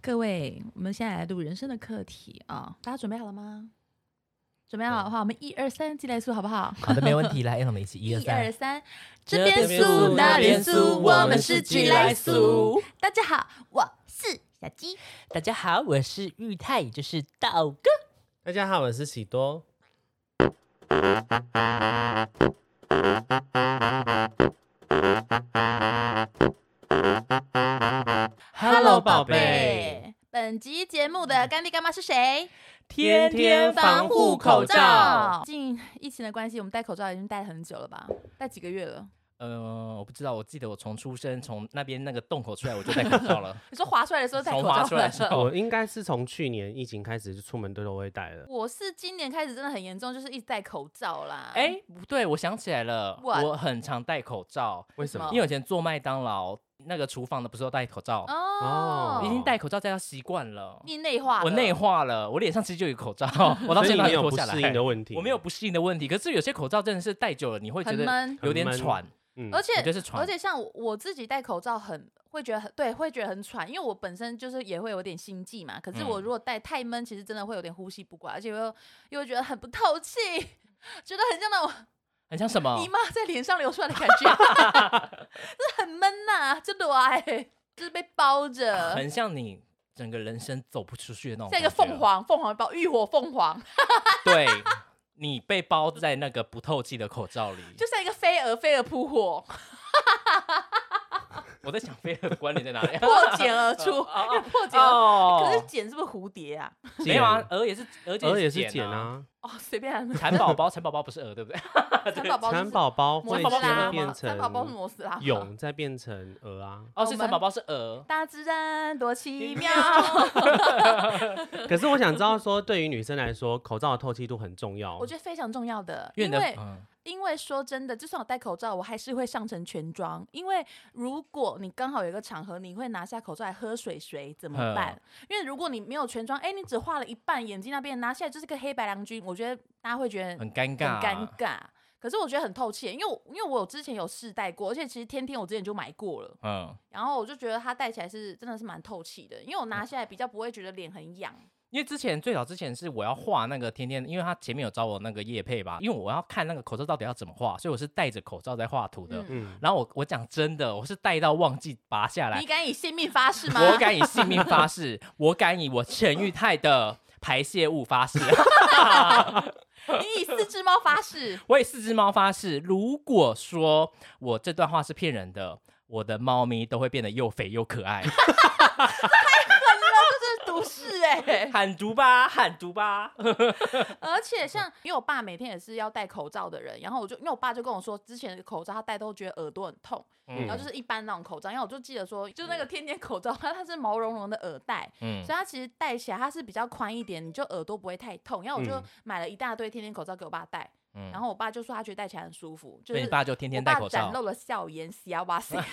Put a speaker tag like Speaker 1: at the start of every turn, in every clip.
Speaker 1: 各位，我们现在来录人生的课题啊、大家准备好了吗？准备好的话，我们一二三，进来数好不好？
Speaker 2: 好的，没问题，来，让我们一起一二
Speaker 1: 一二
Speaker 2: 三。
Speaker 1: 三，
Speaker 2: 这
Speaker 1: 这
Speaker 2: 边
Speaker 1: 边
Speaker 2: 数
Speaker 1: 数那边
Speaker 2: 那边
Speaker 1: 数，
Speaker 2: 数
Speaker 1: 我
Speaker 2: 我
Speaker 1: 们
Speaker 2: 们
Speaker 1: 是
Speaker 2: 是
Speaker 1: 举
Speaker 2: 鸡
Speaker 1: 来
Speaker 2: 来
Speaker 1: 数
Speaker 2: 数。
Speaker 1: 大家好，我是小鸡。
Speaker 2: 大家好，我是玉泰，就是道哥。
Speaker 3: 大家好，我是喜多。Hello，宝贝，
Speaker 1: 对，本集节目的干爹干妈是谁？
Speaker 3: 天天防护口罩。。
Speaker 1: 近疫情的关系，我们戴口罩已经戴很久了吧？戴几个月了？
Speaker 2: 呃，我不知道，我记得我从出生从那边那个洞口出来，我就戴口罩了。
Speaker 1: 你说划出来的时候戴口
Speaker 2: 从划
Speaker 1: 罩
Speaker 2: 出来的时候
Speaker 3: 哦我应该是从去年疫情开始就出门都都会戴了。
Speaker 1: 我是今年开始真的很严重，就是一直戴口罩啦。
Speaker 2: 哎、不对，我想起来了
Speaker 1: What？
Speaker 2: 我很常戴口罩，
Speaker 3: 为
Speaker 1: 什么
Speaker 2: 因为我以前做麦当劳那个厨房的不是都戴口罩，
Speaker 1: 哦，
Speaker 2: 已经戴口罩戴到习惯了。
Speaker 1: 你内化了，
Speaker 2: 我内化了，我脸上其实就有口罩，我到
Speaker 3: 所
Speaker 2: 现
Speaker 3: 以
Speaker 2: 在
Speaker 3: 你没
Speaker 2: 还
Speaker 3: 有
Speaker 2: 脱
Speaker 3: 不
Speaker 2: 下来
Speaker 3: 适。应的问题，
Speaker 2: 我没有，不适应的问题，可是有些口罩真的是戴久了，你会觉
Speaker 1: 很
Speaker 2: 得
Speaker 1: 闷，
Speaker 2: 有点
Speaker 3: 很闷
Speaker 2: 喘。
Speaker 3: 嗯
Speaker 1: 而且
Speaker 2: 我觉得是喘
Speaker 1: 而且像我我自己戴口罩很会觉得很对，会觉得很喘，因为我本身就是也会有点心悸嘛。可是我
Speaker 2: 嗯
Speaker 1: 如果戴太闷，其实真的会有点呼吸不过来，而且又又会觉得很不透气，觉得很像那种
Speaker 2: 很像什么？
Speaker 1: 姨妈在脸上流出来的感 觉，这很闷呐、就裸癌、哎就是被包着，
Speaker 2: 啊很哦像你整个人生走不出去的那种，
Speaker 1: 像一个凤。凰，凤凰包浴火凤凰，
Speaker 2: 对，你被包在那个不透气的口罩里。
Speaker 1: 就像一个飞蛾，飞蛾扑 火，
Speaker 2: 啊我在想飞蛾的关联在哪里？啊
Speaker 1: 破茧而出，因为破茧而。
Speaker 2: 哦
Speaker 1: 可是茧啊是不是蝴蝶啊？
Speaker 2: 没有啊，鹅也是，鹅
Speaker 3: 而也是
Speaker 2: 是
Speaker 3: 茧
Speaker 2: 茧。
Speaker 3: 啊，
Speaker 1: 哦，随便 啊，
Speaker 2: 蚕宝宝，蚕宝宝不是鹅，对不对？哦
Speaker 1: 蚕宝宝就是
Speaker 3: 蚕宝啊宝
Speaker 1: 摩
Speaker 3: 会
Speaker 1: 斯拉
Speaker 3: 先会
Speaker 1: 吗？
Speaker 3: 变
Speaker 1: 蚕宝宝是啊
Speaker 3: 成
Speaker 1: 摩斯拉吗。
Speaker 3: 蛹，再变成蛾啊。
Speaker 2: 哦，是蚕宝宝是鹅。
Speaker 1: 大自然多奇妙。
Speaker 3: 可是我想知道说，对于女生来说，口罩的透气度很重 要。
Speaker 1: 我觉得非常重要的，
Speaker 2: 因为
Speaker 1: 因
Speaker 2: 你的
Speaker 1: 为
Speaker 2: 嗯
Speaker 1: 因为说真的，就算我戴口罩，我还是会上成全妆。因为如果你刚好有一个场合，你会拿下口罩来喝水水怎么
Speaker 2: 嗯
Speaker 1: 办？因为如果你没有全妆，哎，你只画了一半，眼睛那边拿下来就是个黑白良军，我觉得大家会觉得
Speaker 2: 很尴
Speaker 1: 很
Speaker 2: 尬，
Speaker 1: 尴。尬。可是我觉得很透气，因为我因为我有之前有试戴过，而且其实天天我之前就买过了，
Speaker 2: 嗯，
Speaker 1: 然后我就觉得它戴起来是真的是蛮透气的，因为我
Speaker 2: 嗯
Speaker 1: 拿下来比较不会觉得脸很痒。
Speaker 2: 因为之前最早之前是我要画那个天天，因为他前面有找我那个叶配吧，因为我要看那个口罩到底要怎么画，所以我是戴着口罩在画图的。
Speaker 1: 嗯
Speaker 3: 嗯，
Speaker 2: 然后我我讲真的，我是戴到忘记拔下来
Speaker 1: 你，敢以性命发誓 吗？
Speaker 2: 我敢以性命发誓，我敢以我陈玉泰的排泄物发誓，
Speaker 1: 你以四只猫发 誓，
Speaker 2: 我以四只猫发誓，如果说我这段话是骗人的，我的猫咪都会变得又肥又可 爱。
Speaker 1: 这是毒誓哎、
Speaker 2: 喊毒吧，喊毒吧！
Speaker 1: 而且像因为我爸每天也是要戴口罩的人，然后我就因为我爸就跟我说，之前的口罩他戴都觉得耳朵很痛，
Speaker 2: 嗯
Speaker 1: 然后就是一般那种口罩，然后我就记得说，就那个天天口罩，它它是毛茸茸的耳带，
Speaker 2: 嗯
Speaker 1: 所以它其实戴起来它是比较宽一点，你就耳朵不会太痛。然后我就
Speaker 3: 嗯
Speaker 1: 买了一大堆天天口罩给我爸戴，
Speaker 2: 嗯
Speaker 1: 然后我爸就说他觉得戴起来很舒服，就
Speaker 2: 所以
Speaker 1: 是
Speaker 2: 你爸就天天戴口
Speaker 1: 我爸展
Speaker 2: 罩，
Speaker 1: 露了笑颜，喜要哇塞！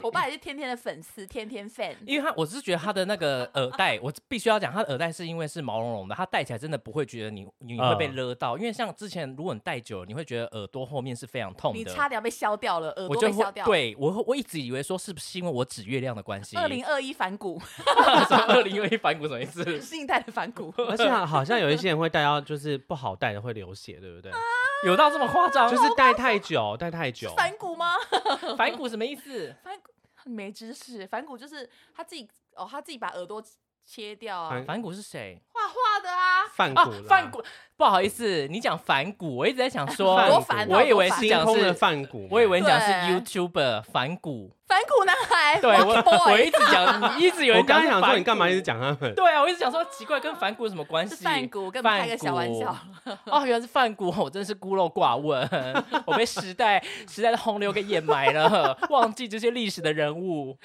Speaker 1: 我爸也是天天的粉丝，天天 fan。
Speaker 2: 因为他我是觉得他的 那个耳带，我必须要讲，他的耳带是因为是毛茸茸的，他戴起来真的不会觉得你你会被
Speaker 3: 嗯
Speaker 2: 勒到，因为像之前如果你戴久了，你会觉得耳朵后面是非常痛
Speaker 1: 你
Speaker 2: 的。
Speaker 1: 差点被削掉了，耳
Speaker 2: 我
Speaker 1: 朵
Speaker 2: 就
Speaker 1: 被
Speaker 2: 会
Speaker 1: 削掉。，
Speaker 2: 对我会我一直以为说是不是因为我指月亮的关系，
Speaker 1: 二零二一反骨，
Speaker 2: 二零二一反骨什么意思？
Speaker 1: 新一代的反骨。
Speaker 3: 而且好像有一些人会戴到，就是不好戴的会流血，对不对？
Speaker 2: 有到这么夸张？
Speaker 3: 就是戴太久，戴太久，
Speaker 1: 反骨吗？
Speaker 2: 反骨什么意思？
Speaker 1: 反骨没知识，反骨就是他自己哦，他自己把耳朵切掉啊，
Speaker 3: 反
Speaker 2: 反骨是谁
Speaker 1: 画画的啊，
Speaker 3: 反
Speaker 2: 啊
Speaker 3: 骨啦，？
Speaker 2: 反骨，不好意思，你讲反骨，我一直在想说，
Speaker 3: 反骨
Speaker 1: 多烦啊，
Speaker 2: 我以
Speaker 1: 多
Speaker 2: 为
Speaker 1: 烦
Speaker 2: 是
Speaker 3: 星
Speaker 2: 讲
Speaker 3: 空的反骨嘛，
Speaker 2: 我以为你讲是
Speaker 1: 对
Speaker 2: YouTuber 反骨，
Speaker 1: 反骨男孩，
Speaker 2: 对我
Speaker 1: Lucky boy
Speaker 2: 我一直讲，你一直有
Speaker 3: 我
Speaker 2: 人
Speaker 3: 刚刚
Speaker 2: 讲
Speaker 3: 想
Speaker 2: 是
Speaker 3: 说，
Speaker 2: 反
Speaker 3: 你干嘛
Speaker 2: 骨
Speaker 3: 一直？讲他 们？
Speaker 2: 对啊，我一直想说奇怪，跟反骨有什么关系？
Speaker 1: 是反骨，跟开个小玩笑。
Speaker 2: 哦，原来是范谷，我真是孤陋寡闻， 我被时代时代的洪流给掩埋了， 忘记这些历史的人物。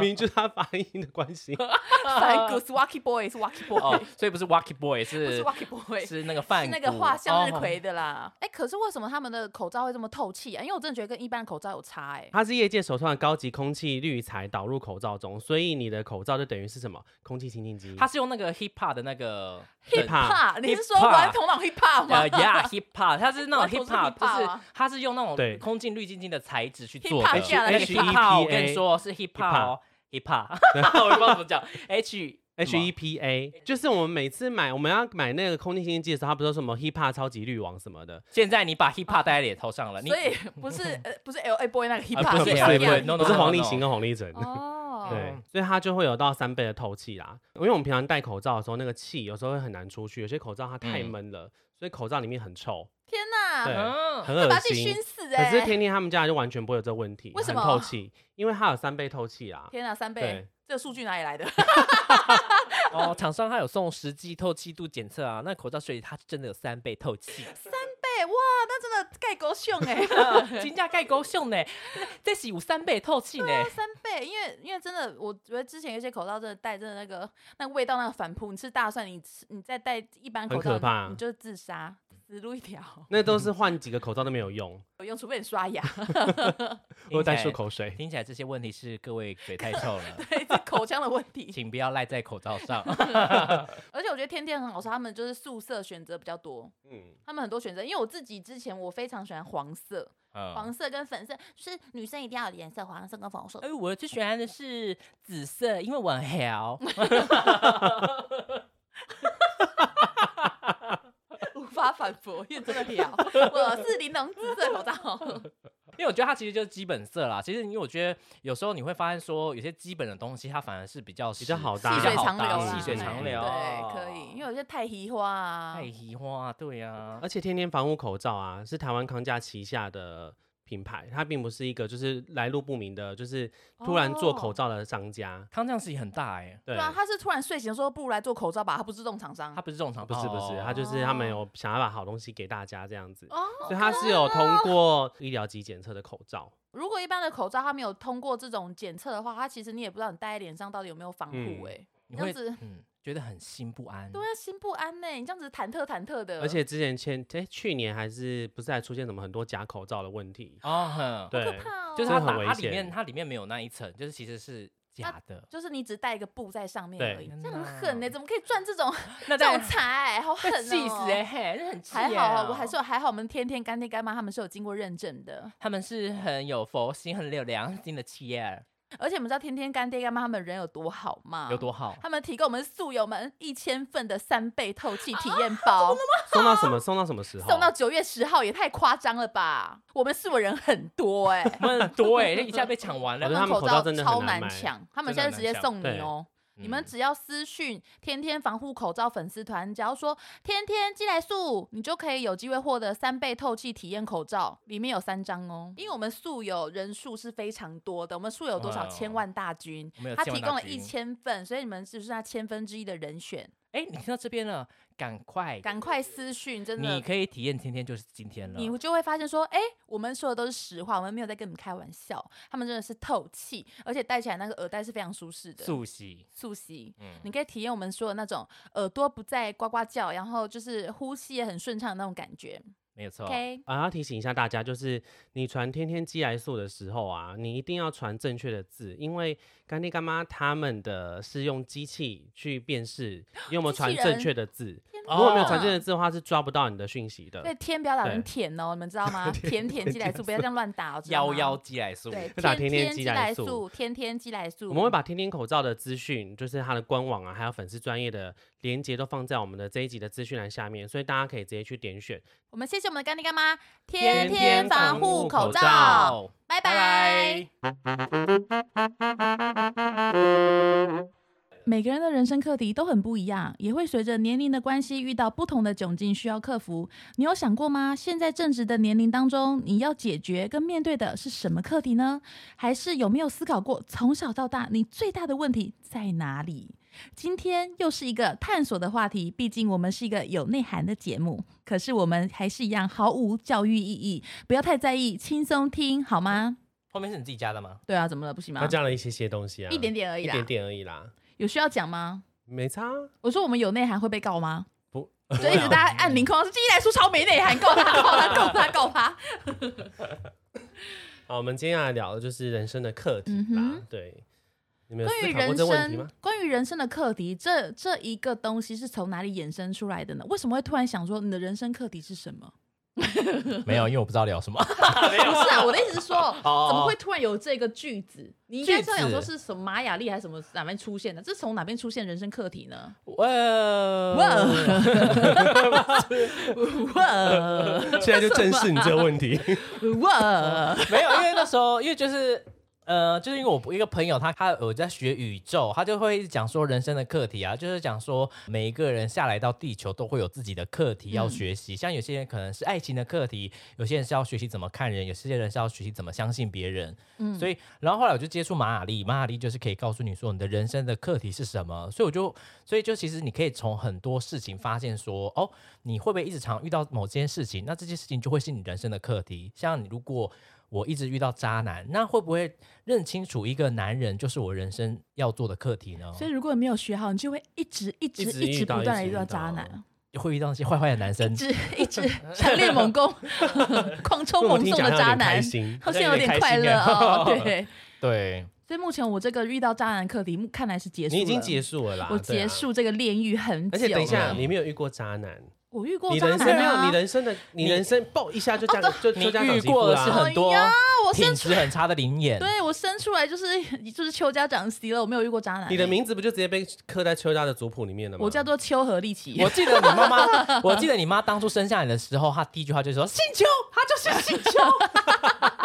Speaker 3: 明明就是他发音的关系。
Speaker 1: 反 骨是 Wacky Boy，是 Wacky Boy，
Speaker 2: 哦，所以不是 Wacky Boy，
Speaker 1: 不是
Speaker 2: 是
Speaker 1: Wacky Boy。
Speaker 2: 是那个范
Speaker 1: 是
Speaker 2: 谷，
Speaker 1: 那个画向日
Speaker 2: 哦
Speaker 1: 葵的啦，哎、可是为什么他们的口罩会这么透气啊？因为我真的觉得跟一般的口罩有差哎、
Speaker 3: 它是业界首创的高级空气滤材导入口罩中，所以你的口罩就等于是什么？空气清净机。
Speaker 2: 他是用那个 hip hop 的那个
Speaker 1: hip hop，你是说
Speaker 2: hip-hop
Speaker 1: 玩头脑 hip hop 吗
Speaker 2: 呃，yeah hip hop，它是那种
Speaker 1: 我
Speaker 2: hip
Speaker 1: 头是
Speaker 2: hop，就
Speaker 1: hip-hop
Speaker 2: 是
Speaker 1: 啊
Speaker 2: 它是用那种
Speaker 3: 对
Speaker 2: 空净滤净镜的材质去做
Speaker 1: hip-hop
Speaker 2: 的。E
Speaker 1: 下来
Speaker 2: 那个
Speaker 3: H-
Speaker 2: hip hop，我跟你
Speaker 3: HEPA
Speaker 2: 说是 hip hop，hip 一帕， 我也不知道怎么讲 H
Speaker 3: H E P A，就是我们每次买我们要买那个空气清新剂的时候，它不是说什么 HEPA 超级滤网什么的，
Speaker 2: 现在你把 hip hop 戴在脸头上了，你
Speaker 1: 所以不是呃不是 L A boy 那个 hip
Speaker 2: 啊
Speaker 1: hop，
Speaker 2: 不
Speaker 3: 是
Speaker 1: 是
Speaker 3: LA
Speaker 1: 一样
Speaker 2: boy，no，no，
Speaker 1: 的
Speaker 3: 不是
Speaker 2: no，no，
Speaker 3: 黄立
Speaker 2: no
Speaker 3: 行跟红立整。
Speaker 1: 哦，
Speaker 3: 对，所以它就会有到三倍的透气啦。因为我们平常戴口罩的时候，那个气有时候会很难出去，有些口罩它太
Speaker 2: 嗯
Speaker 3: 闷了，所以口罩里面很臭，
Speaker 1: 天哪，
Speaker 3: 对
Speaker 2: 嗯，
Speaker 3: 很
Speaker 1: 要把
Speaker 3: 恶
Speaker 1: 自己
Speaker 3: 心
Speaker 1: 熏。死
Speaker 3: 可
Speaker 1: 哎！
Speaker 3: 是天天他们家就完全不会有这个问题，
Speaker 1: 为什
Speaker 3: 很
Speaker 1: 么
Speaker 3: 透气，因为它有三倍透气啦。
Speaker 1: 天哪，三倍
Speaker 3: 对，
Speaker 1: 这个数据哪里来的？
Speaker 4: 哦，厂商它有送实际透气度检测啊，那口罩水里它真的有三倍透气，
Speaker 1: 倍哇，那真的盖狗熊 哎，
Speaker 2: 金价哦盖高秀呢，这是有三倍透气呢。
Speaker 1: 三倍，因为因为真的，我觉得之前有些口罩真的戴真的那个那个味道那个反扑，你吃大蒜，你吃你再戴一般口
Speaker 3: 很
Speaker 1: 罩，
Speaker 3: 可怕
Speaker 1: 你你就是自杀，死路一条。
Speaker 3: 那都是换几个口罩都没有用，
Speaker 1: 有用，除非你刷牙，
Speaker 3: 我
Speaker 2: 听
Speaker 3: 在漱
Speaker 2: 起来
Speaker 3: 口水。
Speaker 2: 听起来这些问题是各位嘴太臭了，
Speaker 1: 对，这口腔的问题。
Speaker 2: 请不要赖在口罩上。
Speaker 1: 而且我觉得天天很好吃，他们就是宿舍选择比较多，
Speaker 3: 嗯，
Speaker 1: 他们很多选择。因为我自己之前我非常喜欢黄色，
Speaker 2: 嗯，
Speaker 1: 黄色跟粉色，就是女生一定要有颜色，黄色跟粉红色。
Speaker 4: 哎，我最喜欢的是紫色，因为我很
Speaker 2: 啊
Speaker 4: 黑 哦。
Speaker 1: 无法反驳，因为真的聊， 我是玲珑紫色口罩。
Speaker 2: 因为我觉得它其实就是基本色啦。其实因为我觉得有时候你会发现说，有些基本的东西它反而是比较比
Speaker 3: 较好搭
Speaker 2: 比
Speaker 1: 细
Speaker 2: 较
Speaker 1: 水
Speaker 2: 好
Speaker 1: 长流
Speaker 2: 搭
Speaker 1: 啦，
Speaker 2: 细水长流。哦
Speaker 1: 对，可以，因为有些太稀花啊
Speaker 2: 太，移花，对啊呀
Speaker 3: 而，且天天防护口罩啊，是台湾康佳旗下的品牌，它并不是一个就是来路不明的，就是突然做口
Speaker 1: 哦
Speaker 3: 罩的商家。
Speaker 2: 康匠是很大哎，
Speaker 3: 对
Speaker 1: 对啊，他是突然睡醒说不如来做口罩吧，他不是这种厂商
Speaker 2: 它，不是这种哦厂，
Speaker 3: 不是不是，他就是他们有想要把好东西给大家这样子，
Speaker 1: 哦
Speaker 3: 所以他是有通过医疗级检测的口罩，
Speaker 1: 如果一般的口罩它没有通过这种检测的话，它其实你也不知道你戴在脸上到底有没有防护
Speaker 3: 嗯
Speaker 1: 哎，
Speaker 2: 你
Speaker 1: 这
Speaker 2: 会
Speaker 1: 样子
Speaker 2: 嗯觉得很心不安。
Speaker 1: 对啊，心不安呢，你这样子忐忑忐忑的，
Speaker 3: 而且之前前哎、去年还是不是还出现什么很多假口罩的问题？
Speaker 2: 哦，很
Speaker 1: 好
Speaker 3: 啊对
Speaker 1: 可，怕哦，
Speaker 2: 就是
Speaker 3: 这
Speaker 2: 它
Speaker 3: 很
Speaker 2: 打
Speaker 3: 危
Speaker 2: 它里面
Speaker 3: 险
Speaker 2: 它里面没有那一层，就是其实是假的。
Speaker 1: 就是你只戴一个布在上面
Speaker 3: 对
Speaker 1: 而已，
Speaker 2: 天
Speaker 1: 这样
Speaker 2: 哪
Speaker 1: 很狠呢，怎么可以赚这种
Speaker 2: 那
Speaker 1: 这种财，好狠
Speaker 2: 被
Speaker 1: 哦，
Speaker 2: 气死哎、嘿，这很气
Speaker 1: 还
Speaker 2: 耶
Speaker 1: 好啊，
Speaker 2: 哦
Speaker 1: 我还是有还好，我们天天干爹干妈他们是有经过认证的，
Speaker 2: 他们是很有佛心、很有良心的企业，
Speaker 1: 而且我们知道天天干爹干妈他们人有多好吗？
Speaker 2: 有多好？
Speaker 1: 他们提供我们宿友们一千份的三倍透气体
Speaker 2: 啊
Speaker 1: 验包，
Speaker 3: 送到什么送到什么时候？
Speaker 1: 啊
Speaker 2: 哦
Speaker 1: 送到九月十号，也太夸张了吧！我们宿友人很多哎、
Speaker 2: 他们很多哎、一下被抢完
Speaker 3: 我觉
Speaker 2: 了
Speaker 3: 得。他们
Speaker 1: 口
Speaker 3: 口罩真的很
Speaker 1: 超难
Speaker 3: 难买
Speaker 1: 抢，他们
Speaker 2: 真
Speaker 1: 现
Speaker 2: 的
Speaker 1: 在直接
Speaker 2: 很难抢
Speaker 1: 送你
Speaker 3: 对
Speaker 1: 哦。你们
Speaker 2: 嗯
Speaker 1: 只要私讯“天天防护口罩”粉丝团，只要说“天天寄来素”，你就可以有机会获得三倍透气体验口罩，里面有三张哦。因为我们宿友人数是非常多的，我们宿友多少
Speaker 2: 哇哦
Speaker 1: 千万大军
Speaker 2: 我们，有
Speaker 1: 他
Speaker 2: 千
Speaker 1: 提
Speaker 2: 万大
Speaker 1: 供了
Speaker 2: 军
Speaker 1: 一千份，所以你们就是那千分之一的人选，
Speaker 2: 哎、你听到这边了，赶快，
Speaker 1: 赶快私讯，真
Speaker 2: 你
Speaker 1: 的。
Speaker 2: 可以体验天天就是今天了。
Speaker 1: 你就会发现说，哎、我们说的都是实话，我们没有在跟你们开玩笑。他们真的是透气，而且戴起来那个耳带是非常舒适的。
Speaker 2: 速洗，
Speaker 1: 促膝，
Speaker 2: 嗯
Speaker 1: 你可以体验我们说的那种耳朵不再呱呱叫，然后就是呼吸也很顺畅的那种感觉。
Speaker 2: 没有错。
Speaker 1: OK，
Speaker 3: 啊，要提醒一下大家，就是你传天天寄来素的时候啊，你一定要传正确的字，因为干爹干妈他们的是用机器去辨识你有没有
Speaker 1: 机器
Speaker 3: 传
Speaker 1: 人
Speaker 3: 正确的字，
Speaker 1: 天
Speaker 3: 如果没有
Speaker 1: 哪
Speaker 2: 哦
Speaker 3: 传正确的字的话，是抓不到你的讯息的。
Speaker 1: 对，天不要打成
Speaker 3: 呃对
Speaker 1: 舔哦，你们知道 吗？舔舔鸡来素，不要这样乱打哦，知道
Speaker 2: 幺
Speaker 1: 吗
Speaker 2: 幺寄来素，
Speaker 1: 对，
Speaker 3: 就打
Speaker 1: 天
Speaker 3: 天天
Speaker 1: 鸡
Speaker 3: 鸡来素
Speaker 1: 素，天天鸡来素，
Speaker 3: 我们会把天天口罩的资讯，就是它的官网啊，还有粉丝专业的连接都放在我们的这一集的资讯栏下面，所以大家可以直接去点选。
Speaker 1: 我们谢谢我们的干爹干妈，天
Speaker 3: 天天
Speaker 1: 防
Speaker 3: 防
Speaker 1: 护
Speaker 3: 护
Speaker 1: 口
Speaker 3: 口
Speaker 1: 罩
Speaker 3: 罩，
Speaker 2: 好，
Speaker 1: 拜
Speaker 2: 拜
Speaker 1: 拜。
Speaker 2: 拜。
Speaker 1: 每个人的人生课题都很不一样，也会随着年龄的关系遇到不同的窘境需要克服。你有想过吗？现在正值的年龄当中，你要解决跟面对的是什么课题呢？还是有没有思考过，从小到大你最大的问题在哪里？今天又是一个探索的话题，毕竟我们是一个有内涵的节目。可是我们还是一样毫无教育意义，不要太在意，轻松听好吗？
Speaker 2: 后面是你自己加的吗？
Speaker 1: 对啊，怎么了？不行
Speaker 3: 他
Speaker 1: 吗？
Speaker 3: 加了一些些东西啊，
Speaker 1: 一点点而已
Speaker 3: 一
Speaker 1: 啦，
Speaker 3: 点点而已啦，
Speaker 1: 有需要讲吗？
Speaker 3: 没差啊。
Speaker 1: 我说我们有内涵会被告吗？
Speaker 3: 不，
Speaker 1: 就一直大家啊按零空，是一来说超没内涵，告他告他告他告他。
Speaker 3: 好，我们今天要来聊的就是人生的课题
Speaker 1: 嗯
Speaker 3: 啦。
Speaker 1: 哼
Speaker 3: 对，你 们有
Speaker 1: 关于
Speaker 3: 思考过
Speaker 1: 人
Speaker 3: 这问题吗
Speaker 1: 生？，关于人生的课题，这 这一个东西是从哪里衍生出来的呢？为什么会突然想说你的人生课题是什么？
Speaker 2: 没有，因为我不知道聊 什么。
Speaker 1: 不是啊，我的意思是说，
Speaker 3: 哦
Speaker 1: 怎么会突然有这个句子？你应该是要想说
Speaker 2: 句
Speaker 1: 是什么玛雅历还是什么哪边出现的？这是从哪边出现人生课题 呢？
Speaker 2: 哇，
Speaker 1: 哇哦哇
Speaker 3: 现在就正视你这个问 题。
Speaker 1: 哇！
Speaker 2: 没有，因为那时候，因为就是。呃，就是因为我一个朋友他，他有在学宇宙，他就会一直讲说人生的课题啊，就是讲说每一个人下来到地球都会有自己的课题要学习，像有些人可能是爱情的课题，有些人是要学习怎么看人，有些人是要学习怎么相信别人。嗯，所以然后后来我就接触马雅历，马雅历就是可以告诉你说你的人生的课题是什么，所以我就所以就其实你可以从很多事情发现说，哦，你会不会一直常遇到某件事情？那这件事情就会是你人生的课题。像你如果我一直遇到渣男，那会不会认清楚一个男人就是我人生要做的课题呢？
Speaker 1: 所以如果你没有学好，你就会一直一直
Speaker 3: 一直遇
Speaker 1: 直
Speaker 3: 到
Speaker 1: 不断的
Speaker 3: 一直
Speaker 1: 遇到
Speaker 3: 遇到
Speaker 1: 渣男，
Speaker 2: 会遇到那些坏坏的男
Speaker 1: 一
Speaker 2: 生，
Speaker 1: 直 一直强烈猛攻、 狂抽
Speaker 3: 我
Speaker 1: 猛
Speaker 3: 听
Speaker 1: 送
Speaker 3: 讲
Speaker 1: 的
Speaker 3: 他有
Speaker 1: 渣
Speaker 3: 点开
Speaker 1: 男，
Speaker 3: 心，啊
Speaker 1: 好像
Speaker 2: 有
Speaker 1: 有
Speaker 2: 点
Speaker 1: 点
Speaker 2: 开
Speaker 1: 快
Speaker 2: 心
Speaker 1: 乐哦。
Speaker 2: 耶
Speaker 1: 对，
Speaker 2: 对，
Speaker 1: 所以目前我这个遇到渣男课题，目看来是 结束了，
Speaker 3: 你已经结束了啦，
Speaker 1: 我
Speaker 3: 对啊
Speaker 1: 结。束这个炼狱很久
Speaker 3: 而
Speaker 1: 了。
Speaker 3: 且等一下，
Speaker 2: 嗯
Speaker 3: 你没有遇过渣男，
Speaker 1: 我遇过
Speaker 3: 你
Speaker 1: 渣
Speaker 3: 人
Speaker 1: 男、啊，哦
Speaker 3: 生没有，你人生的你
Speaker 2: 你
Speaker 3: 人生爆一下就这样就
Speaker 2: 你
Speaker 3: 就这样
Speaker 2: 遇过的是很多
Speaker 1: 哎呀我生
Speaker 2: 品质很差的灵眼，
Speaker 1: 对我生出来就是 就是邱家长 C 了，我没有遇过渣
Speaker 2: 哎
Speaker 1: 男。
Speaker 3: 你的名字不就直接被刻在邱家的族谱里面了吗？
Speaker 1: 我叫做邱和利 奇，
Speaker 2: 我记得你妈妈，我记得你妈当初生下你的时候，她第一句话就说：“姓 邱，她就是姓 邱。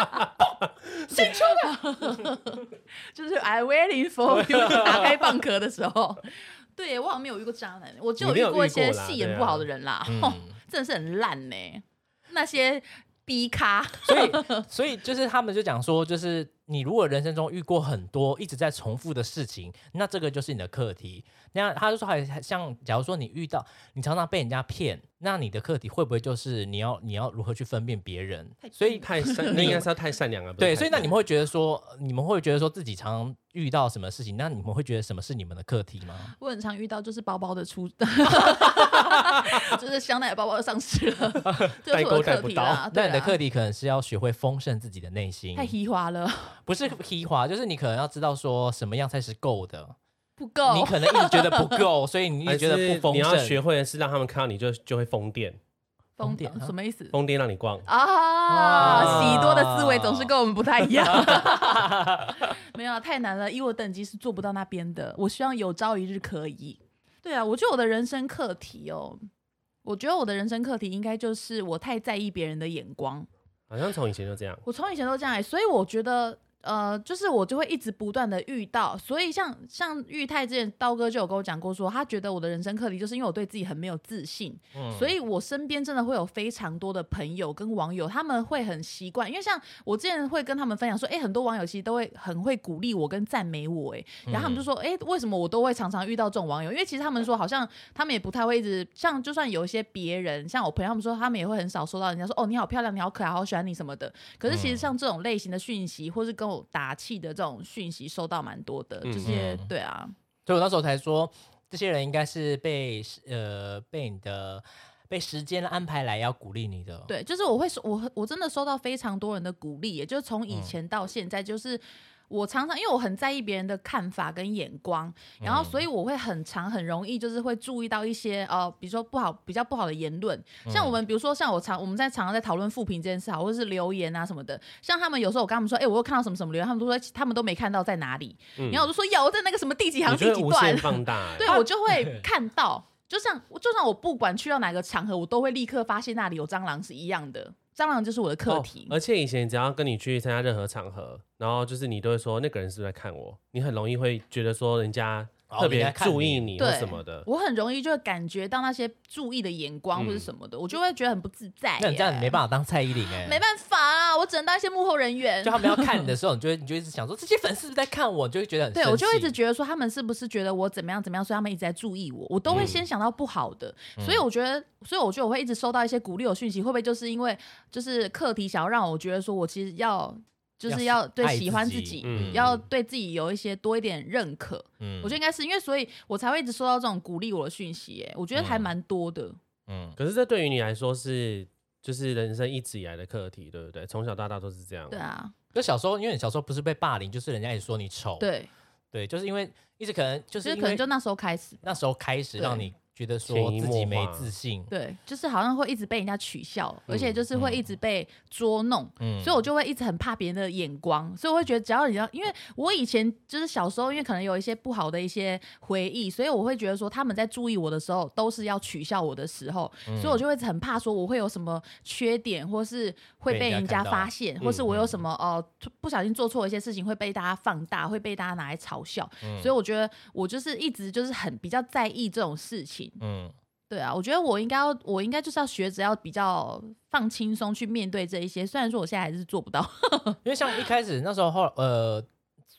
Speaker 1: 就是 I waiting for you 打开蚌壳的时候。 对我好像没有遇过渣男，我只
Speaker 3: 你没
Speaker 1: 遇
Speaker 3: 有
Speaker 1: 过一
Speaker 3: 遇过
Speaker 1: 些
Speaker 3: 啦
Speaker 1: 戏演
Speaker 3: 对
Speaker 1: 不好
Speaker 3: 啊
Speaker 1: 的人啦，
Speaker 2: 嗯
Speaker 1: 哼真的是很烂呢、那些逼咖，
Speaker 2: 所以，所以就是他们就讲说，就是你如果人生中遇过很多一直在重复的事情，那这个就是你的课题。那他就说，还还像假如说你遇到你常常被人家骗，那你的课题会不会就是你要你要如何去分辨别人？所以
Speaker 3: 太 善，那应该是要太善良了。不是
Speaker 2: 对，
Speaker 3: 太
Speaker 2: 所以那你们会觉得说，你们会觉得说自己常遇到什么事情，那你们会觉得什么是你们的课题吗？
Speaker 1: 我很常遇到就是包包的出， 就是香奈儿包包上市 了，这就是我的
Speaker 3: 代
Speaker 1: 课
Speaker 3: 购
Speaker 1: 题啦
Speaker 3: 代不到。
Speaker 1: 啊对
Speaker 2: 那你的
Speaker 1: 啦
Speaker 2: 课题可能是要学会丰盛自己的内心
Speaker 1: 太，稀华了，
Speaker 2: 不是批划，就是你可能要知道说什么样才是够的。
Speaker 1: 不够。
Speaker 2: 你可能一直觉得不够，所以你一直觉得不丰
Speaker 3: 你要学
Speaker 2: 盛。
Speaker 3: 会的是让他们看到你就就会疯癫，
Speaker 1: 疯
Speaker 2: 疯癫啊
Speaker 1: 什么意思？
Speaker 3: 疯癫让你逛。
Speaker 1: 啊，喜
Speaker 2: 啊
Speaker 1: 多的思维总是跟我们不太一样。 没有啊，太难了，以我等级是做不到那边的。我希望有朝一日可以。对啊，我觉得我的人生课题哦，我觉得我的人生课题应该就是我太在意别人的眼光。
Speaker 3: 好像从以前就这样。
Speaker 2: 哦
Speaker 1: 我从以前都这样、欸，所以我觉得。呃，就是我就会一直不断的遇到，所以像像玉泰之前刀哥就有跟我讲过说他觉得我的人生课题就是因为我对自己很没有自信，所以我身边真的会有非常多的朋友跟网友，他们会很习惯，因为像我之前会跟他们分享说，哎、很多网友其实都会很会鼓励我跟赞美我、诶，哎，然后他们就说，哎、为什么我都会常常遇到这种网友？因为其实他们说好像他们也不太会一直像，就算有一些别人，像我朋友他们说，他们也会很少收到人家说，哦，你好漂亮，你好可爱，好喜欢你什么的。可是其实
Speaker 3: 嗯
Speaker 1: 像这种类型的讯息，或是跟我打气的这种讯息，收到蛮多的，这
Speaker 3: 嗯
Speaker 1: 些、对啊，
Speaker 2: 所以我那时候才说，这些人应该是被呃被你的被时间安排来要鼓励你的。
Speaker 1: 对，就是我会收我我真的收到非常多人的鼓励，也就是从
Speaker 3: 嗯
Speaker 1: 以前到现在，就是。我常常因为我很在意别人的看法跟眼光，然
Speaker 3: 嗯
Speaker 1: 后所以我会很常很容易就是会注意到一些呃，比如说不好比较不好的言论，像
Speaker 3: 嗯
Speaker 1: 我们比如说像我常我们在常常在讨论负评这件事啊，或者是留言啊什么的，像他们有时候我跟他们说，哎、我又看到什么什么留言，他们都说他们都没看到在哪里，
Speaker 3: 嗯
Speaker 1: 然后我就说有在那个什么第几行
Speaker 3: 你
Speaker 1: 第
Speaker 3: 就会
Speaker 1: 几
Speaker 3: 无
Speaker 1: 段
Speaker 3: 限，放大、欸。
Speaker 1: 对，
Speaker 2: 啊
Speaker 1: 我就会看到，就像就算我不管去到哪个场合，我都会立刻发现那里有蟑螂是一样的。蟑螂就是我的课
Speaker 3: 哦
Speaker 1: 题，
Speaker 3: 而且以前只要跟你去参加任何场合，然后就是你都会说那个人是不是在看我，你很容易会觉得说人家
Speaker 2: 哦
Speaker 3: 特
Speaker 2: 人
Speaker 3: 别
Speaker 2: 家看
Speaker 3: 注
Speaker 2: 你
Speaker 3: 意你或
Speaker 1: 对
Speaker 3: 什么的。
Speaker 1: 我很容易就会感觉到那些注意的眼光或者
Speaker 3: 嗯
Speaker 1: 什么的，我就会觉得很不自在耶。
Speaker 2: 那你这样你没办法当蔡依林哎、
Speaker 1: 没办法啊，我只能当一些幕后人员
Speaker 2: 就。他们要看你的时候，你就会你就一直想说，这些粉丝是不是在看我？你就会觉得很
Speaker 1: 对，我就会一直
Speaker 2: 生气
Speaker 1: 觉得说他们是不是觉得我怎么样怎么样，所以他们一直在注意我，我都会先想到不好的。
Speaker 2: 嗯
Speaker 1: 所以我觉得，所以我觉得我会一直收到一些鼓励我讯息，会不会就是因为就是课题想要让我觉得说我其实要。就是
Speaker 2: 要
Speaker 1: 要对
Speaker 2: 爱
Speaker 1: 喜
Speaker 2: 自
Speaker 1: 欢自
Speaker 2: 己
Speaker 1: 己，
Speaker 3: 嗯
Speaker 1: 要对自己有一些多一点认可，
Speaker 2: 嗯
Speaker 1: 我觉得应该是因为，所以我才会一直收到这种鼓励我的讯息、哎，我觉得还蛮多的。
Speaker 2: 嗯，
Speaker 3: 可是这对于你来说是就是人生一直以来的课题，对不对？从小到大都是这样。
Speaker 1: 对啊，
Speaker 2: 就小时候，因为你小时候不是被霸凌，就是人家一直说你丑，
Speaker 1: 对，
Speaker 2: 对，就是因为一直可能就
Speaker 1: 就是是
Speaker 2: 因
Speaker 1: 可能
Speaker 2: 为
Speaker 1: 就那时候开始，
Speaker 2: 那时候开始
Speaker 1: 对
Speaker 2: 让你觉得说
Speaker 3: 潜移
Speaker 2: 自己
Speaker 3: 默
Speaker 2: 没
Speaker 3: 化
Speaker 2: 自信，
Speaker 1: 对，就是好像会一直被人家取笑，而且就是会一直被捉弄，
Speaker 2: 嗯
Speaker 1: 所以我就会一直很怕别人的眼光，所以我会觉得只要你要，因为我以前就是小时候，因为可能有一些不好的一些回忆，所以我会觉得说他们在注意我的时候都是要取笑我的时候，
Speaker 2: 嗯
Speaker 1: 所以我就会很怕说我会有什么缺点，或是会
Speaker 2: 被
Speaker 1: 被
Speaker 2: 人
Speaker 1: 人
Speaker 2: 家
Speaker 1: 家
Speaker 2: 看到嗯
Speaker 1: 发现，或是我有什么哦、呃不小心做错一些事情会被大家放大，会被大家拿来嘲笑，
Speaker 2: 嗯
Speaker 1: 所以我觉得我就是一直就是很比较在意这种事情，
Speaker 2: 嗯，
Speaker 1: 对啊，我觉得我应该要，我应该就是要学着要比较放轻松去面对这一些。虽然说我现在还是做不到，
Speaker 2: 因为像一开始那时候后呃。